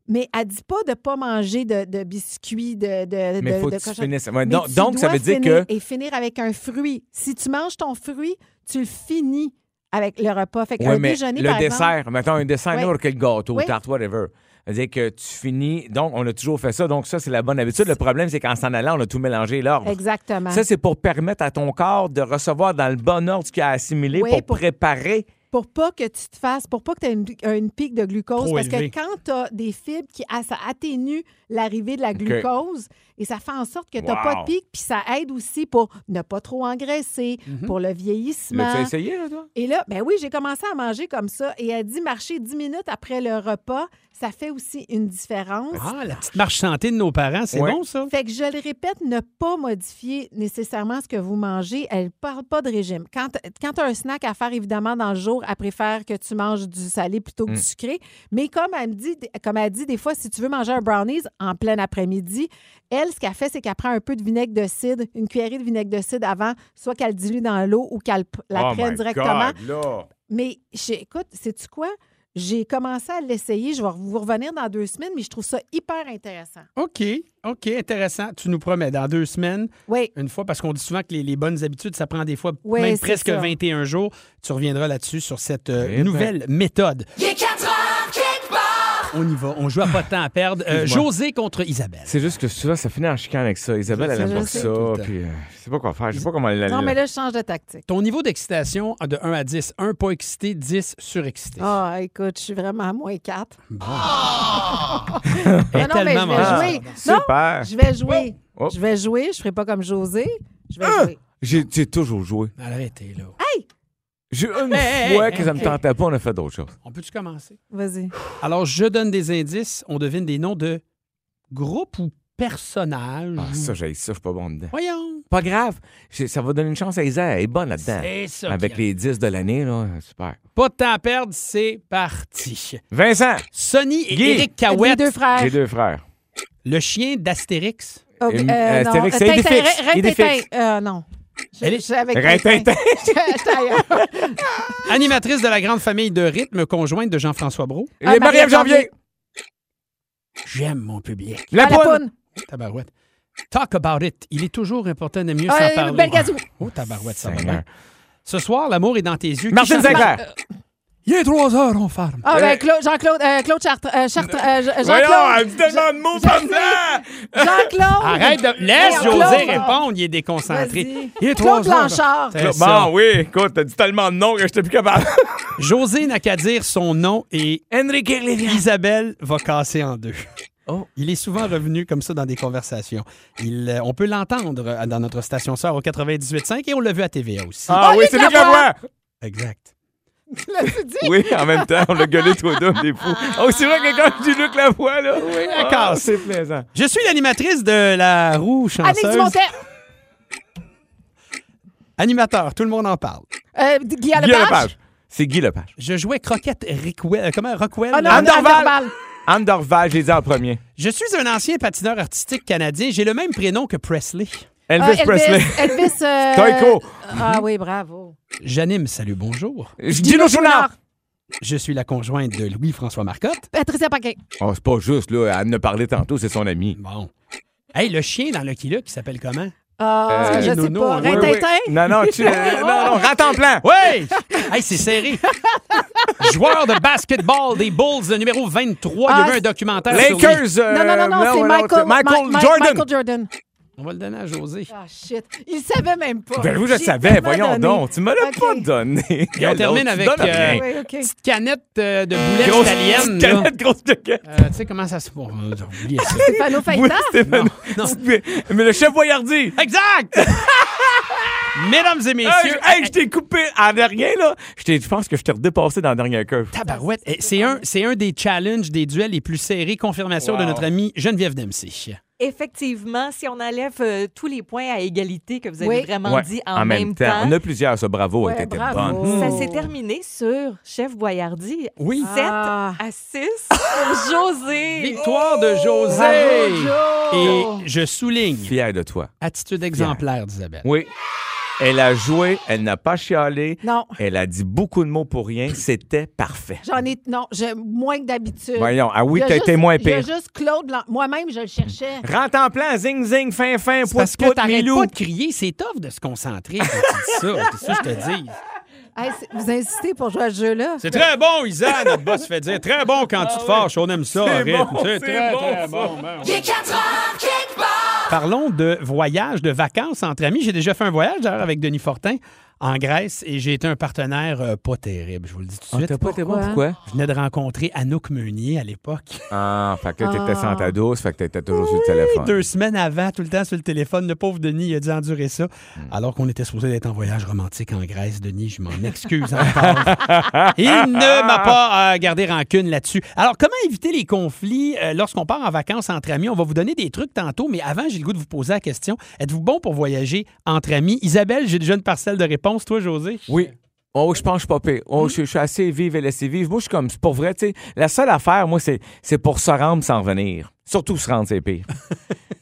[SPEAKER 2] Mais elle dit pas de pas manger de, de biscuits, de, de,
[SPEAKER 5] Mais
[SPEAKER 2] de-
[SPEAKER 5] faut
[SPEAKER 2] de
[SPEAKER 5] que tu
[SPEAKER 2] cochon-
[SPEAKER 5] finisses. Ouais,
[SPEAKER 2] mais
[SPEAKER 5] donc,
[SPEAKER 2] tu
[SPEAKER 5] donc, ça
[SPEAKER 2] dois
[SPEAKER 5] veut dire
[SPEAKER 2] finir
[SPEAKER 5] que.
[SPEAKER 2] Et finir avec un fruit. Si tu manges ton fruit, tu le finis avec le repas. Fait qu'un
[SPEAKER 5] Ouais, mais
[SPEAKER 2] déjeuner,
[SPEAKER 5] le
[SPEAKER 2] par exemple...
[SPEAKER 5] dessert, mettons un dessert,
[SPEAKER 2] Ouais.
[SPEAKER 5] n'importe quel gâteau,
[SPEAKER 2] Oui.
[SPEAKER 5] tarte, whatever. C'est-à-dire que tu finis. Donc, on a toujours fait ça. Donc, ça, c'est la bonne habitude. Le problème, c'est qu'en s'en allant, on a tout mélangé l'ordre.
[SPEAKER 2] Exactement.
[SPEAKER 5] Ça, c'est pour permettre à ton corps de recevoir dans le bon ordre ce qu'il a assimilé
[SPEAKER 2] Oui,
[SPEAKER 5] pour,
[SPEAKER 2] pour-
[SPEAKER 5] préparer.
[SPEAKER 2] pour pas que tu te fasses, pour pas que tu aies une, une pique de glucose.
[SPEAKER 4] Trop
[SPEAKER 2] parce
[SPEAKER 4] élevé.
[SPEAKER 2] que quand tu as des fibres qui ah, ça atténue l'arrivée de la glucose et ça fait en sorte que tu n'as
[SPEAKER 5] Wow.
[SPEAKER 2] pas de pique, puis ça aide aussi pour ne pas trop engraisser, pour le vieillissement.
[SPEAKER 5] L'as-tu essayé, là, toi?
[SPEAKER 2] Et là, ben oui, j'ai commencé à manger comme ça et elle dit marcher 10 minutes après le repas, ça fait aussi une différence.
[SPEAKER 4] Ah, la petite marche santé de nos parents, c'est
[SPEAKER 5] Ouais.
[SPEAKER 4] bon, ça?
[SPEAKER 2] Fait que je le répète, ne pas modifier nécessairement ce que vous mangez. Elle ne parle pas de régime. Quand, quand tu as un snack à faire, évidemment, dans le jour, elle préfère que tu manges du salé plutôt que
[SPEAKER 5] Mm.
[SPEAKER 2] du sucré. Mais comme elle me dit, comme elle dit, des fois, si tu veux manger un brownies en plein après-midi, elle, ce qu'elle fait, c'est qu'elle prend un peu de vinaigre de cidre, une cuillerée de vinaigre de cidre avant, soit qu'elle dilue dans l'eau ou qu'elle p- la
[SPEAKER 5] Oh
[SPEAKER 2] prenne
[SPEAKER 5] my
[SPEAKER 2] directement.
[SPEAKER 5] God, là.
[SPEAKER 2] Mais j'ai- écoute, sais-tu quoi? J'ai commencé à l'essayer. Je vais vous revenir dans deux semaines, mais je trouve ça hyper intéressant.
[SPEAKER 4] OK, OK, intéressant. Tu nous promets, dans deux semaines,
[SPEAKER 2] Oui.
[SPEAKER 4] une fois, parce qu'on dit souvent que les, les bonnes habitudes, ça prend des fois
[SPEAKER 2] Ouais,
[SPEAKER 4] même
[SPEAKER 2] c'est
[SPEAKER 4] presque
[SPEAKER 2] ça.
[SPEAKER 4] 21 jours. Tu reviendras là-dessus sur cette euh,
[SPEAKER 5] Eh ben.
[SPEAKER 4] nouvelle méthode. On y va, on joue à pas de temps à perdre. Euh,
[SPEAKER 5] Excuse-moi.
[SPEAKER 4] José contre Isabelle.
[SPEAKER 5] C'est juste que souvent, ça finit en chicane avec ça. Isabelle,
[SPEAKER 2] Je
[SPEAKER 5] elle
[SPEAKER 2] sais,
[SPEAKER 5] aime pas
[SPEAKER 2] je sais.
[SPEAKER 5] ça.
[SPEAKER 4] Tout le temps.
[SPEAKER 5] Puis, euh, je sais pas quoi faire. Je sais pas comment elle
[SPEAKER 2] Non, mais là, je change de tactique.
[SPEAKER 4] Ton niveau d'excitation de 1 à 10. 1 pas excité, 10 surexcité.
[SPEAKER 2] Ah, écoute, je suis vraiment à moins 4.
[SPEAKER 4] Elle est
[SPEAKER 2] non, non, mais
[SPEAKER 4] tellement Ah,
[SPEAKER 2] je vais
[SPEAKER 4] malade.
[SPEAKER 2] jouer. Non,
[SPEAKER 5] Super.
[SPEAKER 2] je vais jouer.
[SPEAKER 5] Oh. Ah!
[SPEAKER 2] Je vais jouer. Je ferai pas comme José. Je vais jouer.
[SPEAKER 5] J'ai j'ai toujours joué.
[SPEAKER 4] Arrêtez, là.
[SPEAKER 2] Hey!
[SPEAKER 5] J'ai une
[SPEAKER 4] Hey,
[SPEAKER 5] fois
[SPEAKER 4] hey,
[SPEAKER 5] que
[SPEAKER 4] hey,
[SPEAKER 5] ça me
[SPEAKER 4] hey.
[SPEAKER 5] tentait pas, on a fait d'autres choses.
[SPEAKER 4] On peut-tu commencer?
[SPEAKER 2] Vas-y.
[SPEAKER 4] Alors, je donne des indices. On devine des noms de groupes ou personnages.
[SPEAKER 5] Ah, ça, j'ai ça, je suis pas bon dedans.
[SPEAKER 4] Voyons.
[SPEAKER 5] Pas grave. J'ai- Ça va donner une chance à Isa. Elle est bonne là-dedans.
[SPEAKER 4] C'est ça
[SPEAKER 5] Avec
[SPEAKER 4] qui-
[SPEAKER 5] les 10 de l'année, là. Super.
[SPEAKER 4] Pas de temps à perdre, c'est parti.
[SPEAKER 5] Vincent,
[SPEAKER 4] Sonny et
[SPEAKER 5] Guy.
[SPEAKER 4] Eric Cahouette.
[SPEAKER 2] Les deux frères.
[SPEAKER 5] j'ai deux frères.
[SPEAKER 4] Le chien d'Astérix.
[SPEAKER 2] Oh,
[SPEAKER 5] Et-
[SPEAKER 2] euh,
[SPEAKER 5] euh,
[SPEAKER 2] non.
[SPEAKER 5] c'était avec- c'est
[SPEAKER 2] Tintin,
[SPEAKER 5] Idéfix.
[SPEAKER 2] Rin- Rin-
[SPEAKER 5] Idéfix.
[SPEAKER 2] Tintin. Euh, non. Je-
[SPEAKER 4] Elle est-
[SPEAKER 2] je suis avec
[SPEAKER 5] Rin-
[SPEAKER 2] Tintin.
[SPEAKER 5] Tintin.
[SPEAKER 2] J'étais ailleurs.
[SPEAKER 4] Animatrice de la grande famille de rythme, conjointe de Jean-François Brault.
[SPEAKER 2] Ah,
[SPEAKER 5] les Marie-Ève Janvier.
[SPEAKER 4] J'aime mon public.
[SPEAKER 5] [LAUGHS] La
[SPEAKER 2] À Ah, la
[SPEAKER 5] poune.
[SPEAKER 2] poune.
[SPEAKER 4] Tabarouette. Talk about it. Il est toujours important de mieux
[SPEAKER 2] Ah,
[SPEAKER 4] s'en
[SPEAKER 2] le
[SPEAKER 4] parler.
[SPEAKER 2] Belgazou.
[SPEAKER 4] Oh, tabarouette, ça va
[SPEAKER 5] Seigneur.
[SPEAKER 4] bien. Ce soir, l'amour est dans tes yeux. Qui
[SPEAKER 5] Martine
[SPEAKER 4] chante-
[SPEAKER 5] Sinclair.
[SPEAKER 4] Il est trois heures, on ferme.
[SPEAKER 2] Ah, ben, Claude- Jean-Claude, euh, Claude Chartres, euh, Chartres, euh, Je-
[SPEAKER 5] Voyons, elle me dit
[SPEAKER 2] Jean-Claude.
[SPEAKER 5] tellement de mots comme ça.
[SPEAKER 2] Jean-Claude.
[SPEAKER 4] Arrête de. Laisse
[SPEAKER 2] Claude.
[SPEAKER 4] José répondre, il est déconcentré.
[SPEAKER 2] Vas-y.
[SPEAKER 4] Il est
[SPEAKER 2] Claude
[SPEAKER 4] trois heures.
[SPEAKER 2] Blanchard. [LAUGHS]
[SPEAKER 4] C'est
[SPEAKER 5] Bon,
[SPEAKER 4] ça.
[SPEAKER 5] oui, écoute, t'as dit tellement de noms que j'étais plus capable.
[SPEAKER 4] José n'a qu'à dire son nom et
[SPEAKER 5] [LAUGHS] Enrique Iglesias.
[SPEAKER 4] Isabelle va casser en deux.
[SPEAKER 5] Oh.
[SPEAKER 4] Il est souvent revenu comme ça dans des conversations. Il, euh, on peut l'entendre euh, dans notre station sœur au 98.5 et on l'a vu à TVA aussi.
[SPEAKER 5] Ah oui,
[SPEAKER 2] Olivier
[SPEAKER 5] c'est lui qui la
[SPEAKER 2] Lavoie.
[SPEAKER 5] voit.
[SPEAKER 4] Exact.
[SPEAKER 2] Tu l'as-tu dit?
[SPEAKER 5] Oui, en même temps, on l'a gueulé tous les deux, on est fous. [LAUGHS] Oh, c'est vrai que quand je dis Luc Lavoie, là. Oui, Ah,
[SPEAKER 4] elle casse.
[SPEAKER 5] C'est plaisant.
[SPEAKER 4] Je suis l'animatrice de la roue
[SPEAKER 2] Annick
[SPEAKER 4] chanceuse.
[SPEAKER 2] Dumontet.
[SPEAKER 4] Animateur, tout le monde en parle.
[SPEAKER 2] Euh, Guy
[SPEAKER 5] Guy
[SPEAKER 2] Lepage.
[SPEAKER 5] Lepage. C'est Guy Lepage.
[SPEAKER 4] Je jouais croquette Rickwell, euh, comment, Rockwell.
[SPEAKER 2] Ah non,
[SPEAKER 4] là.
[SPEAKER 5] Anne Dorval.
[SPEAKER 2] Dorval.
[SPEAKER 5] Anne Dorval, je l'ai dit en premier.
[SPEAKER 4] Je suis un ancien patineur artistique canadien. J'ai le même prénom que Presley.
[SPEAKER 2] Ah,
[SPEAKER 5] Elvis Presley.
[SPEAKER 2] Elvis. euh,
[SPEAKER 5] Tycho.
[SPEAKER 2] Ah oui, bravo.
[SPEAKER 4] J'anime Salut Bonjour.
[SPEAKER 5] Gino Chouinard.
[SPEAKER 4] Je suis la conjointe de Louis-François Marcotte.
[SPEAKER 2] Patricia Paquin.
[SPEAKER 5] Oh, c'est pas juste, là. Elle en a parlé tantôt, c'est son ami.
[SPEAKER 4] Bon. Hey, le chien dans Lucky Luke, il s'appelle comment?
[SPEAKER 2] Ah,
[SPEAKER 5] Euh,
[SPEAKER 2] je sais
[SPEAKER 4] Nono,
[SPEAKER 2] pas.
[SPEAKER 4] hein.
[SPEAKER 2] Rin
[SPEAKER 4] Oui,
[SPEAKER 2] Tintin.
[SPEAKER 5] Non, non,
[SPEAKER 2] [LAUGHS]
[SPEAKER 5] tu-
[SPEAKER 2] Oh.
[SPEAKER 5] euh, non, non, rentre en plan.
[SPEAKER 4] Oui! [LAUGHS] hey, c'est serré. Joueur de basketball des Bulls, le numéro 23. il y a eu
[SPEAKER 2] Ah,
[SPEAKER 4] un documentaire sur lui.
[SPEAKER 5] Lakers. euh,
[SPEAKER 2] Non, non, non, non, c'est
[SPEAKER 5] ouais,
[SPEAKER 2] Michael,
[SPEAKER 5] Michael
[SPEAKER 2] Mi- Mi-
[SPEAKER 5] Jordan.
[SPEAKER 2] Michael Jordan.
[SPEAKER 4] On va le donner à José.
[SPEAKER 2] Ah, shit. Il savait même pas.
[SPEAKER 5] Ben oui, je le
[SPEAKER 2] J'ai
[SPEAKER 5] savais,
[SPEAKER 2] tellement
[SPEAKER 5] voyons
[SPEAKER 2] donné.
[SPEAKER 5] donc. Tu me l'as
[SPEAKER 2] Ok.
[SPEAKER 5] pas donné.
[SPEAKER 4] Et on termine avec
[SPEAKER 5] Donne rien.
[SPEAKER 4] euh,
[SPEAKER 2] Oui, OK.
[SPEAKER 4] petite canette euh, de boulettes
[SPEAKER 5] Grosse
[SPEAKER 4] italienne. là.
[SPEAKER 5] canette, grosse canette.
[SPEAKER 4] Euh, tu sais comment ça se passe? J'ai oublié
[SPEAKER 5] [LAUGHS]
[SPEAKER 4] ça.
[SPEAKER 2] Fano Faita.
[SPEAKER 5] Oui, Stéphane.
[SPEAKER 4] Non.
[SPEAKER 5] Mais, [LAUGHS] mais le chef voyardi.
[SPEAKER 4] Exact! [LAUGHS] Mesdames et
[SPEAKER 5] Hey,
[SPEAKER 4] messieurs,
[SPEAKER 5] je- hey, je t'ai coupé en dernier, là. Je t'ai- je pense que je t'ai redépassé dans le dernier curve.
[SPEAKER 4] tabarouette, eh, c'est un, c'est un des challenges, des duels les plus serrés. Confirmation de
[SPEAKER 5] Wow.
[SPEAKER 4] notre amie Geneviève Dempsey.
[SPEAKER 9] Effectivement, si on enlève euh, tous les points à égalité que vous avez
[SPEAKER 2] Oui.
[SPEAKER 9] vraiment
[SPEAKER 5] Ouais,
[SPEAKER 9] dit en, même, temps,
[SPEAKER 5] On a plusieurs, ça. Bravo,
[SPEAKER 2] Ouais,
[SPEAKER 5] elle était
[SPEAKER 2] bravo.
[SPEAKER 5] bonne.
[SPEAKER 9] ça
[SPEAKER 2] Oh.
[SPEAKER 9] s'est terminé sur Chef Boyardi.
[SPEAKER 4] Oui.
[SPEAKER 9] 7
[SPEAKER 2] Ah.
[SPEAKER 9] à 6 pour José.
[SPEAKER 4] Victoire de
[SPEAKER 2] Bravo,
[SPEAKER 4] José!
[SPEAKER 2] Joe.
[SPEAKER 4] Et je souligne,
[SPEAKER 5] Fier de toi.
[SPEAKER 4] attitude exemplaire d'Isabelle.
[SPEAKER 5] Oui. Elle a joué, elle n'a pas chialé.
[SPEAKER 2] Non.
[SPEAKER 5] Elle a dit beaucoup de mots pour rien. C'était parfait.
[SPEAKER 2] J'en ai. Non, j'ai moins que d'habitude.
[SPEAKER 5] Voyons. Ah oui,
[SPEAKER 2] Il y a
[SPEAKER 5] t'as
[SPEAKER 2] juste-
[SPEAKER 5] été moins
[SPEAKER 2] Il y a
[SPEAKER 5] pire.
[SPEAKER 2] juste Claude Blanc. Moi-même, je le cherchais.
[SPEAKER 5] Rentre en plan, zing, zing, fin, fin,
[SPEAKER 4] C'est
[SPEAKER 5] pout,
[SPEAKER 4] parce que
[SPEAKER 5] pout,
[SPEAKER 4] t'arrêtes
[SPEAKER 5] milou.
[SPEAKER 4] pas de crier, c'est tough de se concentrer quand tu dis ça. C'est ça que je te dis.
[SPEAKER 2] Hey, c'est- vous insistez pour jouer à ce jeu-là?
[SPEAKER 4] C'est très bon, Isa, notre boss fait dire. Très bon quand tu te fâches, on aime ça.
[SPEAKER 5] Ah C'est rythme. bon, C'est c'est très, bon, très ça.
[SPEAKER 4] bon. Parlons de voyage, de vacances entre amis. J'ai déjà fait un voyage d'ailleurs avec Denis Fortin en Grèce et j'ai été un partenaire euh, pas terrible, je vous le dis tout
[SPEAKER 5] Ah,
[SPEAKER 4] de
[SPEAKER 5] t'as
[SPEAKER 4] suite.
[SPEAKER 5] pas été bon,
[SPEAKER 2] Pourquoi?
[SPEAKER 5] pourquoi?
[SPEAKER 4] Je venais de rencontrer Anouk Meunier à l'époque.
[SPEAKER 5] Ah, fait que là, t'étais
[SPEAKER 2] Ah.
[SPEAKER 5] sans ta douce, fait que t'étais toujours sur le téléphone.
[SPEAKER 4] Deux semaines avant, tout le temps sur le téléphone, le pauvre Denis il a dû endurer ça. Alors qu'on était supposé être en voyage romantique en Grèce, Denis, je m'en excuse encore. Il ne m'a pas euh, gardé rancune là-dessus. Alors, comment éviter les conflits euh, lorsqu'on part en vacances entre amis? On va vous donner des trucs tantôt, mais avant, j'ai le goût de vous poser la question. Êtes-vous bon pour voyager entre amis? Isabelle, j'ai déjà une parcelle de réponse. Toi, José?
[SPEAKER 5] Oui. Oh, je pense que je suis pas pire. Oh, je, je suis assez vive et laissé vivre. Moi, je suis comme, c'est pour vrai, tu sais. La seule affaire, moi, c'est, c'est pour se rendre sans revenir. Surtout se rendre, c'est pire.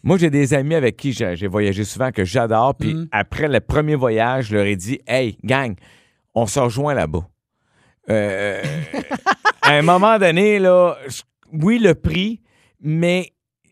[SPEAKER 5] moi, j'ai des amis avec qui j'ai, j'ai voyagé souvent que j'adore. Puis après le premier voyage, je leur ai dit, hey, gang, on se rejoint là-bas. Euh, à un moment donné, là, je- oui, le prix, mais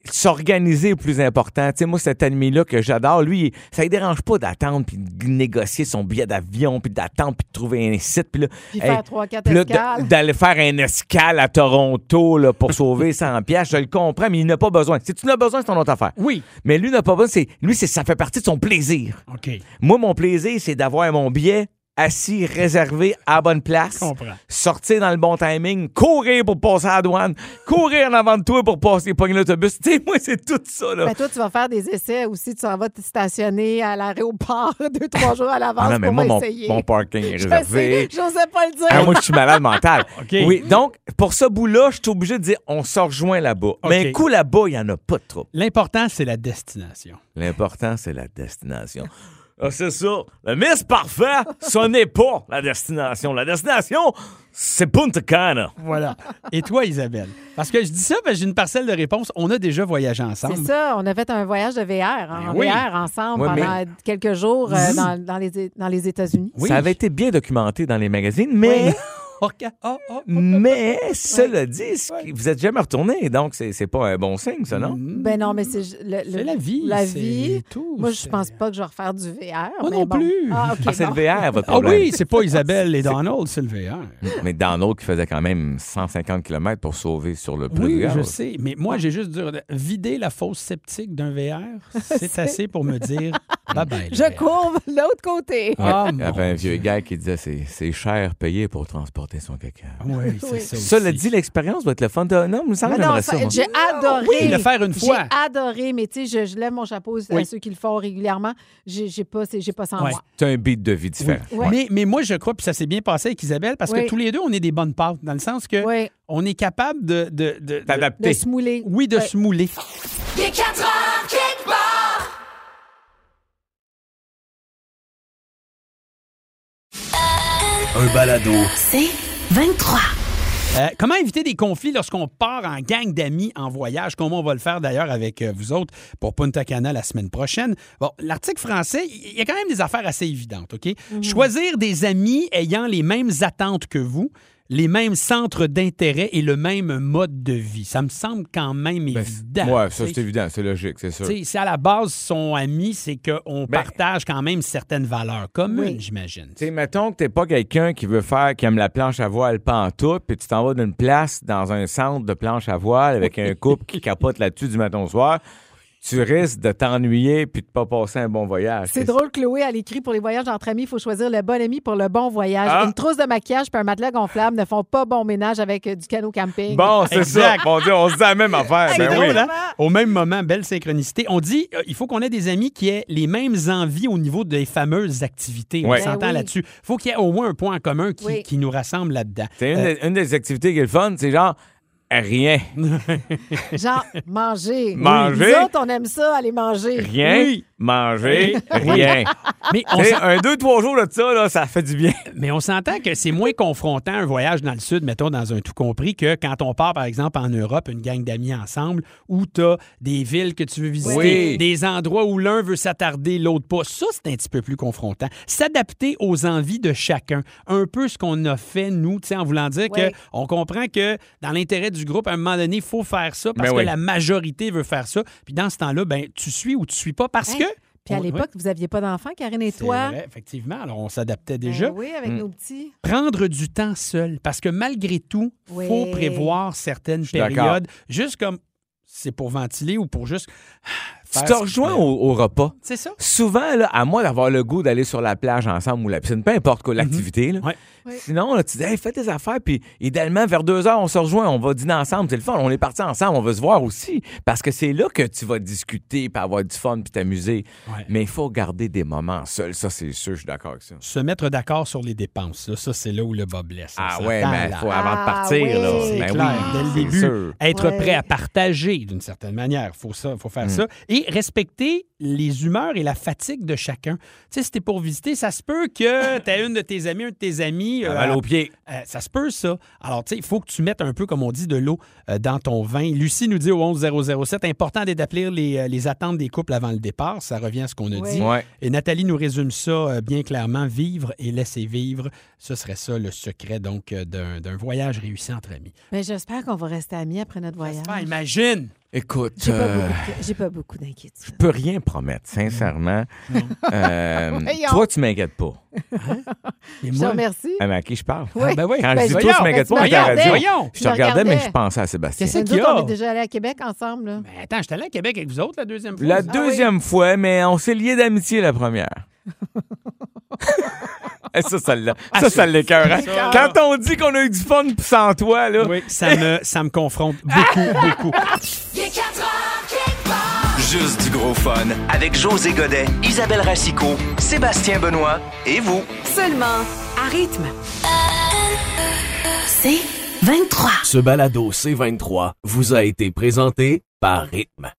[SPEAKER 5] s'organiser est plus important. Tu sais, moi, cet ennemi-là que j'adore, lui, il- ça ne dérange pas d'attendre, puis de négocier son billet d'avion, puis d'attendre, puis de trouver un site, puis là...
[SPEAKER 2] Puis
[SPEAKER 5] hey,
[SPEAKER 2] faire trois, quatre
[SPEAKER 5] puis là,
[SPEAKER 2] escales.
[SPEAKER 5] d- d'aller faire un escale à Toronto là, pour sauver 100 piastres, je le comprends, mais il n'a pas besoin. Si tu n'as besoin, c'est ton autre affaire.
[SPEAKER 4] Oui.
[SPEAKER 5] Mais lui n'a pas besoin, c'est lui, c'est ça fait partie de son plaisir.
[SPEAKER 4] OK.
[SPEAKER 5] Moi, mon plaisir, c'est d'avoir mon billet assis, réservé, à la bonne place. Sortir dans le bon timing, courir pour passer à la douane, courir en avant de toi pour passer pogner l'autobus. Tu sais, moi, c'est tout ça. Là.
[SPEAKER 2] Ben, toi, tu vas faire des essais aussi. Tu s'en vas te stationner à l'aéroport [LAUGHS] deux, trois jours à l'avance
[SPEAKER 5] Ah non, mais
[SPEAKER 2] pour
[SPEAKER 5] moi, mon,
[SPEAKER 2] essayer.
[SPEAKER 5] mon
[SPEAKER 4] [LAUGHS]
[SPEAKER 5] parking est
[SPEAKER 2] [LAUGHS] Je sais,
[SPEAKER 5] réservé.
[SPEAKER 2] j'osais pas le dire.
[SPEAKER 5] Ah, moi, je suis malade mental.
[SPEAKER 4] OK.
[SPEAKER 5] Oui, donc, pour ce bout-là, je suis obligé de dire on se rejoint là-bas. Mais
[SPEAKER 4] OK.
[SPEAKER 5] un coup là-bas, il n'y en a pas de trop.
[SPEAKER 4] L'important, c'est la destination.
[SPEAKER 5] L'important, c'est la
[SPEAKER 4] [LAUGHS]
[SPEAKER 5] destination. Ah, c'est ça. Le Miss Parfait, ce n'est pas la destination. La destination, c'est Punta Cana.
[SPEAKER 4] Voilà. Et toi, Isabelle? Parce que je dis ça, parce que j'ai une parcelle de réponse. On a déjà voyagé ensemble.
[SPEAKER 2] C'est ça, on a fait un voyage de VR, hein, en
[SPEAKER 4] Ben oui.
[SPEAKER 2] VR ensemble
[SPEAKER 5] Ouais, mais-
[SPEAKER 2] pendant quelques jours euh,
[SPEAKER 5] Zzz.
[SPEAKER 2] dans, dans les, dans les États-Unis.
[SPEAKER 5] Ça avait été bien documenté dans les magazines, mais,
[SPEAKER 4] ah,
[SPEAKER 5] [LAUGHS]
[SPEAKER 4] hmm.
[SPEAKER 5] mais cela dit, ce qui- vous n'êtes jamais retourné, donc c'est c'est pas un bon signe, ça, non?
[SPEAKER 4] Mm.
[SPEAKER 2] Ben non, mais c'est le- le-
[SPEAKER 4] C'est la vie,
[SPEAKER 2] La
[SPEAKER 4] c'est
[SPEAKER 2] vie.
[SPEAKER 4] tout,
[SPEAKER 2] Moi, je pense pas que je vais refaire du VR.
[SPEAKER 4] Moi
[SPEAKER 2] mais
[SPEAKER 4] non
[SPEAKER 2] bon.
[SPEAKER 4] plus.
[SPEAKER 2] Ah, OK,
[SPEAKER 5] Ah, c'est
[SPEAKER 2] bon.
[SPEAKER 5] le VR, votre
[SPEAKER 4] Ah
[SPEAKER 5] problème.
[SPEAKER 4] oui, c'est
[SPEAKER 5] [LAUGHS]
[SPEAKER 4] pas Isabelle et Donald, c'est le VR.
[SPEAKER 5] Mais Donald qui faisait quand même 150 km pour sauver sur le plus
[SPEAKER 4] Oui,
[SPEAKER 5] de gaz.
[SPEAKER 4] je sais, mais moi, j'ai juste dû vider la fosse sceptique d'un VR.
[SPEAKER 5] [LAUGHS]
[SPEAKER 4] C'est
[SPEAKER 2] C'est-
[SPEAKER 4] assez pour me dire bye-bye. le
[SPEAKER 2] Je
[SPEAKER 4] VR.
[SPEAKER 2] courbe de l'autre côté.
[SPEAKER 5] Ouais,
[SPEAKER 4] Ah,
[SPEAKER 5] il y
[SPEAKER 4] mon
[SPEAKER 5] avait un vieux gars qui disait c'est c'est cher payé pour transporter son caca.
[SPEAKER 4] Ah Oui,
[SPEAKER 2] [LAUGHS]
[SPEAKER 4] c'est
[SPEAKER 2] Oui.
[SPEAKER 4] ça.
[SPEAKER 5] Cela
[SPEAKER 4] aussi.
[SPEAKER 5] dit, l'expérience doit être le fun. De... Non, mais ça
[SPEAKER 2] Ah
[SPEAKER 5] me
[SPEAKER 2] non,
[SPEAKER 5] donnerait
[SPEAKER 2] ça-
[SPEAKER 5] ça. moi.
[SPEAKER 2] j'ai adoré.
[SPEAKER 4] oui, le faire une fois.
[SPEAKER 2] J'ai adoré, mais tu sais, je, je lève mon chapeau
[SPEAKER 4] Oui.
[SPEAKER 2] à ceux qui le font régulièrement. J'ai j'ai pas, c'est- j'ai pas ça en
[SPEAKER 4] Ouais.
[SPEAKER 2] moi.
[SPEAKER 5] C'est un beat de vie différent.
[SPEAKER 2] Ouais.
[SPEAKER 4] Mais, mais moi, je crois, puis ça s'est bien passé avec Isabelle, parce que
[SPEAKER 2] Oui.
[SPEAKER 4] tous les deux, on est des bonnes pâtes, dans le sens que
[SPEAKER 2] Oui,
[SPEAKER 4] on est capable de. de, de- de-
[SPEAKER 2] de
[SPEAKER 5] T'adapter.
[SPEAKER 2] se mouler.
[SPEAKER 4] oui, de
[SPEAKER 2] Ouais.
[SPEAKER 4] se mouler.
[SPEAKER 1] Un balado.
[SPEAKER 6] C'est 23.
[SPEAKER 4] Euh, comment éviter des conflits lorsqu'on part en gang d'amis en voyage, comme on va le faire d'ailleurs avec euh, vous autres pour Punta Cana la semaine prochaine? Bon, l'article français, il y a quand même des affaires assez évidentes, OK? Choisir des amis ayant les mêmes attentes que vous, les mêmes centres d'intérêt et le même mode de vie. Ça me semble quand même
[SPEAKER 5] Ben,
[SPEAKER 4] évident.
[SPEAKER 5] ouais, ça
[SPEAKER 4] tu
[SPEAKER 5] c'est
[SPEAKER 4] sais.
[SPEAKER 5] évident, c'est logique, c'est sûr.
[SPEAKER 4] Tu sais, Si à la base, son ami, c'est qu'on
[SPEAKER 5] Ben-
[SPEAKER 4] partage quand même certaines valeurs communes,
[SPEAKER 2] Oui.
[SPEAKER 4] j'imagine.
[SPEAKER 5] Tu sais, mettons que t'es pas quelqu'un qui veut faire, qui aime la planche à voile pantoute, puis tu t'en vas d'une place dans un centre de planche à voile avec un couple qui capote là-dessus du matin au soir, tu risques de t'ennuyer puis de pas passer un bon voyage.
[SPEAKER 2] C'est drôle, Chloé, elle écrit pour les voyages entre amis, il faut choisir le bon ami pour le bon voyage.
[SPEAKER 5] Ah.
[SPEAKER 2] Une trousse de maquillage et un matelas gonflable ne font pas bon ménage avec euh, du canot camping.
[SPEAKER 5] Bon, c'est ça.
[SPEAKER 4] Exact.
[SPEAKER 5] Mon Dieu, on se dit la même affaire.
[SPEAKER 4] C'est
[SPEAKER 5] Ben
[SPEAKER 4] drôle,
[SPEAKER 5] oui.
[SPEAKER 4] hein? Au même moment, belle synchronicité. On dit euh, il faut qu'on ait des amis qui aient les mêmes envies au niveau des fameuses activités.
[SPEAKER 5] Ouais.
[SPEAKER 4] On
[SPEAKER 2] Ben
[SPEAKER 4] s'entend
[SPEAKER 2] oui.
[SPEAKER 4] là-dessus. Il faut qu'il y ait au moins un point en commun qui,
[SPEAKER 2] Oui.
[SPEAKER 4] qui nous rassemble là-dedans.
[SPEAKER 5] C'est une,
[SPEAKER 4] Euh,
[SPEAKER 5] des- une des activités qui est le fun, c'est genre rien.
[SPEAKER 2] Genre,
[SPEAKER 4] [LAUGHS]
[SPEAKER 2] manger.
[SPEAKER 5] Manger.
[SPEAKER 2] Oui, Nous autres, on aime ça, aller manger.
[SPEAKER 5] Rien,
[SPEAKER 4] Oui.
[SPEAKER 5] manger, rien.
[SPEAKER 4] mais, on
[SPEAKER 5] Tu sais,
[SPEAKER 4] s'en-
[SPEAKER 5] un, deux, trois jours de ça, là, ça fait du bien.
[SPEAKER 4] mais on s'entend que c'est moins confrontant un voyage dans le Sud, mettons, dans un tout compris, que quand on part, par exemple, en Europe, une gang d'amis ensemble, où tu as des villes que tu veux visiter,
[SPEAKER 5] Oui.
[SPEAKER 4] des endroits où l'un veut s'attarder, l'autre pas. Ça, c'est un petit peu plus confrontant. S'adapter aux envies de chacun. Un peu ce qu'on a fait, nous, tu sais, en voulant dire
[SPEAKER 2] Ouais.
[SPEAKER 4] que on comprend que dans l'intérêt du groupe, à un moment donné, il faut faire ça parce
[SPEAKER 5] Ben
[SPEAKER 4] que
[SPEAKER 5] oui.
[SPEAKER 4] la majorité veut faire ça. Puis dans ce temps-là, ben, tu suis ou tu suis pas parce
[SPEAKER 2] Hein?
[SPEAKER 4] que.
[SPEAKER 2] Puis à l'époque, vous n'aviez pas d'enfants, Karine et
[SPEAKER 4] C'est
[SPEAKER 2] toi.
[SPEAKER 4] vrai, effectivement. Alors, on s'adaptait
[SPEAKER 2] Ben
[SPEAKER 4] déjà.
[SPEAKER 2] oui, avec
[SPEAKER 5] Mm.
[SPEAKER 2] nos petits.
[SPEAKER 4] Prendre du temps seul, parce que malgré tout, il faut
[SPEAKER 2] Oui.
[SPEAKER 4] prévoir certaines
[SPEAKER 5] suis d'accord.
[SPEAKER 4] périodes, juste comme c'est pour ventiler ou pour juste.
[SPEAKER 5] Tu
[SPEAKER 4] faire
[SPEAKER 5] te
[SPEAKER 4] ce-
[SPEAKER 5] rejoins au, au repas.
[SPEAKER 4] C'est ça.
[SPEAKER 5] Souvent, là, à moins d'avoir le goût d'aller sur la plage ensemble ou la piscine, peu importe
[SPEAKER 4] Mhm.
[SPEAKER 5] quoi, l'activité. là.
[SPEAKER 4] Ouais.
[SPEAKER 2] Oui.
[SPEAKER 5] Sinon, là, tu dis, hey, fais tes affaires, puis idéalement, vers deux heures, on se rejoint, on va dîner ensemble, c'est le fun, on est parti ensemble, on va se voir aussi. Parce que c'est là que tu vas discuter, puis avoir du fun, puis t'amuser.
[SPEAKER 4] Ouais.
[SPEAKER 5] Mais il faut garder des moments seuls, ça, c'est sûr, je suis d'accord avec ça.
[SPEAKER 4] Se mettre d'accord sur les dépenses. là, ça, c'est là où le bas blesse. on
[SPEAKER 5] Ah
[SPEAKER 4] s'entend,
[SPEAKER 5] ouais, mais
[SPEAKER 4] là.
[SPEAKER 5] faut avant de
[SPEAKER 2] Ah
[SPEAKER 5] partir,
[SPEAKER 2] oui.
[SPEAKER 5] là.
[SPEAKER 4] C'est
[SPEAKER 5] Ben
[SPEAKER 4] clair,
[SPEAKER 5] oui,
[SPEAKER 4] dès le
[SPEAKER 5] c'est
[SPEAKER 4] début.
[SPEAKER 5] sûr.
[SPEAKER 4] Être
[SPEAKER 2] Ouais.
[SPEAKER 4] prêt à partager d'une certaine manière. Faut ça, faut faire ça. Et respecter les humeurs et la fatigue de chacun. Tu sais, si t'es pour visiter, ça se peut que t'as une de tes amies, un de tes amis.
[SPEAKER 5] T'as
[SPEAKER 4] euh,
[SPEAKER 5] mal aux pieds.
[SPEAKER 4] euh, ça se peut, ça. Alors, tu sais, il faut que tu mettes un peu, comme on dit, de l'eau euh, dans ton vin. Lucie nous dit au 11007, important d'établir les, euh, les attentes des couples avant le départ. Ça revient à ce qu'on a
[SPEAKER 2] Oui.
[SPEAKER 4] dit.
[SPEAKER 5] Ouais.
[SPEAKER 4] Et Nathalie nous résume ça euh, bien clairement. Vivre et laisser vivre, ce serait ça le secret, donc, euh, d'un d'un voyage réussi entre amis.
[SPEAKER 2] Mais j'espère qu'on va rester amis après notre voyage.
[SPEAKER 4] Ah, imagine!
[SPEAKER 5] Écoute,
[SPEAKER 2] J'ai pas
[SPEAKER 5] euh,
[SPEAKER 2] beaucoup de- j'ai pas beaucoup d'inquiétude.
[SPEAKER 5] je peux rien promettre, sincèrement. Euh,
[SPEAKER 2] [LAUGHS] Voyons.
[SPEAKER 5] toi, tu m'inquiètes pas.
[SPEAKER 4] Et
[SPEAKER 2] Je te
[SPEAKER 4] moi-
[SPEAKER 2] remercie.
[SPEAKER 5] Ah, mais à qui je parle?
[SPEAKER 2] Oui.
[SPEAKER 4] ben oui.
[SPEAKER 5] Quand je
[SPEAKER 2] Ben,
[SPEAKER 5] dis
[SPEAKER 2] je-
[SPEAKER 5] toi, tu
[SPEAKER 2] voyons,
[SPEAKER 5] m'inquiètes
[SPEAKER 2] ben,
[SPEAKER 5] pas
[SPEAKER 2] tu
[SPEAKER 5] avec la
[SPEAKER 2] me
[SPEAKER 5] radio.
[SPEAKER 4] regardais.
[SPEAKER 5] Je
[SPEAKER 2] Tu
[SPEAKER 5] te
[SPEAKER 2] me
[SPEAKER 5] regardais, mais
[SPEAKER 2] regardais.
[SPEAKER 5] je pensais à Sébastien.
[SPEAKER 4] Qu'est-ce
[SPEAKER 2] Mais nous
[SPEAKER 4] qu'il y
[SPEAKER 2] autres,
[SPEAKER 4] a?
[SPEAKER 2] on est déjà allés à Québec ensemble. là.
[SPEAKER 4] Ben, attends, j'étais allé à Québec avec vous autres la deuxième fois.
[SPEAKER 2] Ah
[SPEAKER 5] La
[SPEAKER 4] ça? Ah [LAUGHS]
[SPEAKER 5] deuxième fois, mais on s'est liés d'amitié la première. Eh, ça, ça l'a-
[SPEAKER 4] Ah,
[SPEAKER 5] ça, ça l'écœure. hein.
[SPEAKER 4] Ça.
[SPEAKER 5] Quand on dit qu'on a eu du fun pis sans toi, là.
[SPEAKER 4] ça me, ça me confronte beaucoup, beaucoup.
[SPEAKER 10] Juste du gros fun avec José Godet, Isabelle Racicot, Sébastien Benoît et vous.
[SPEAKER 11] Seulement à rythme.
[SPEAKER 12] C'est 23.
[SPEAKER 13] Ce balado C23 vous a été présenté par Rythme.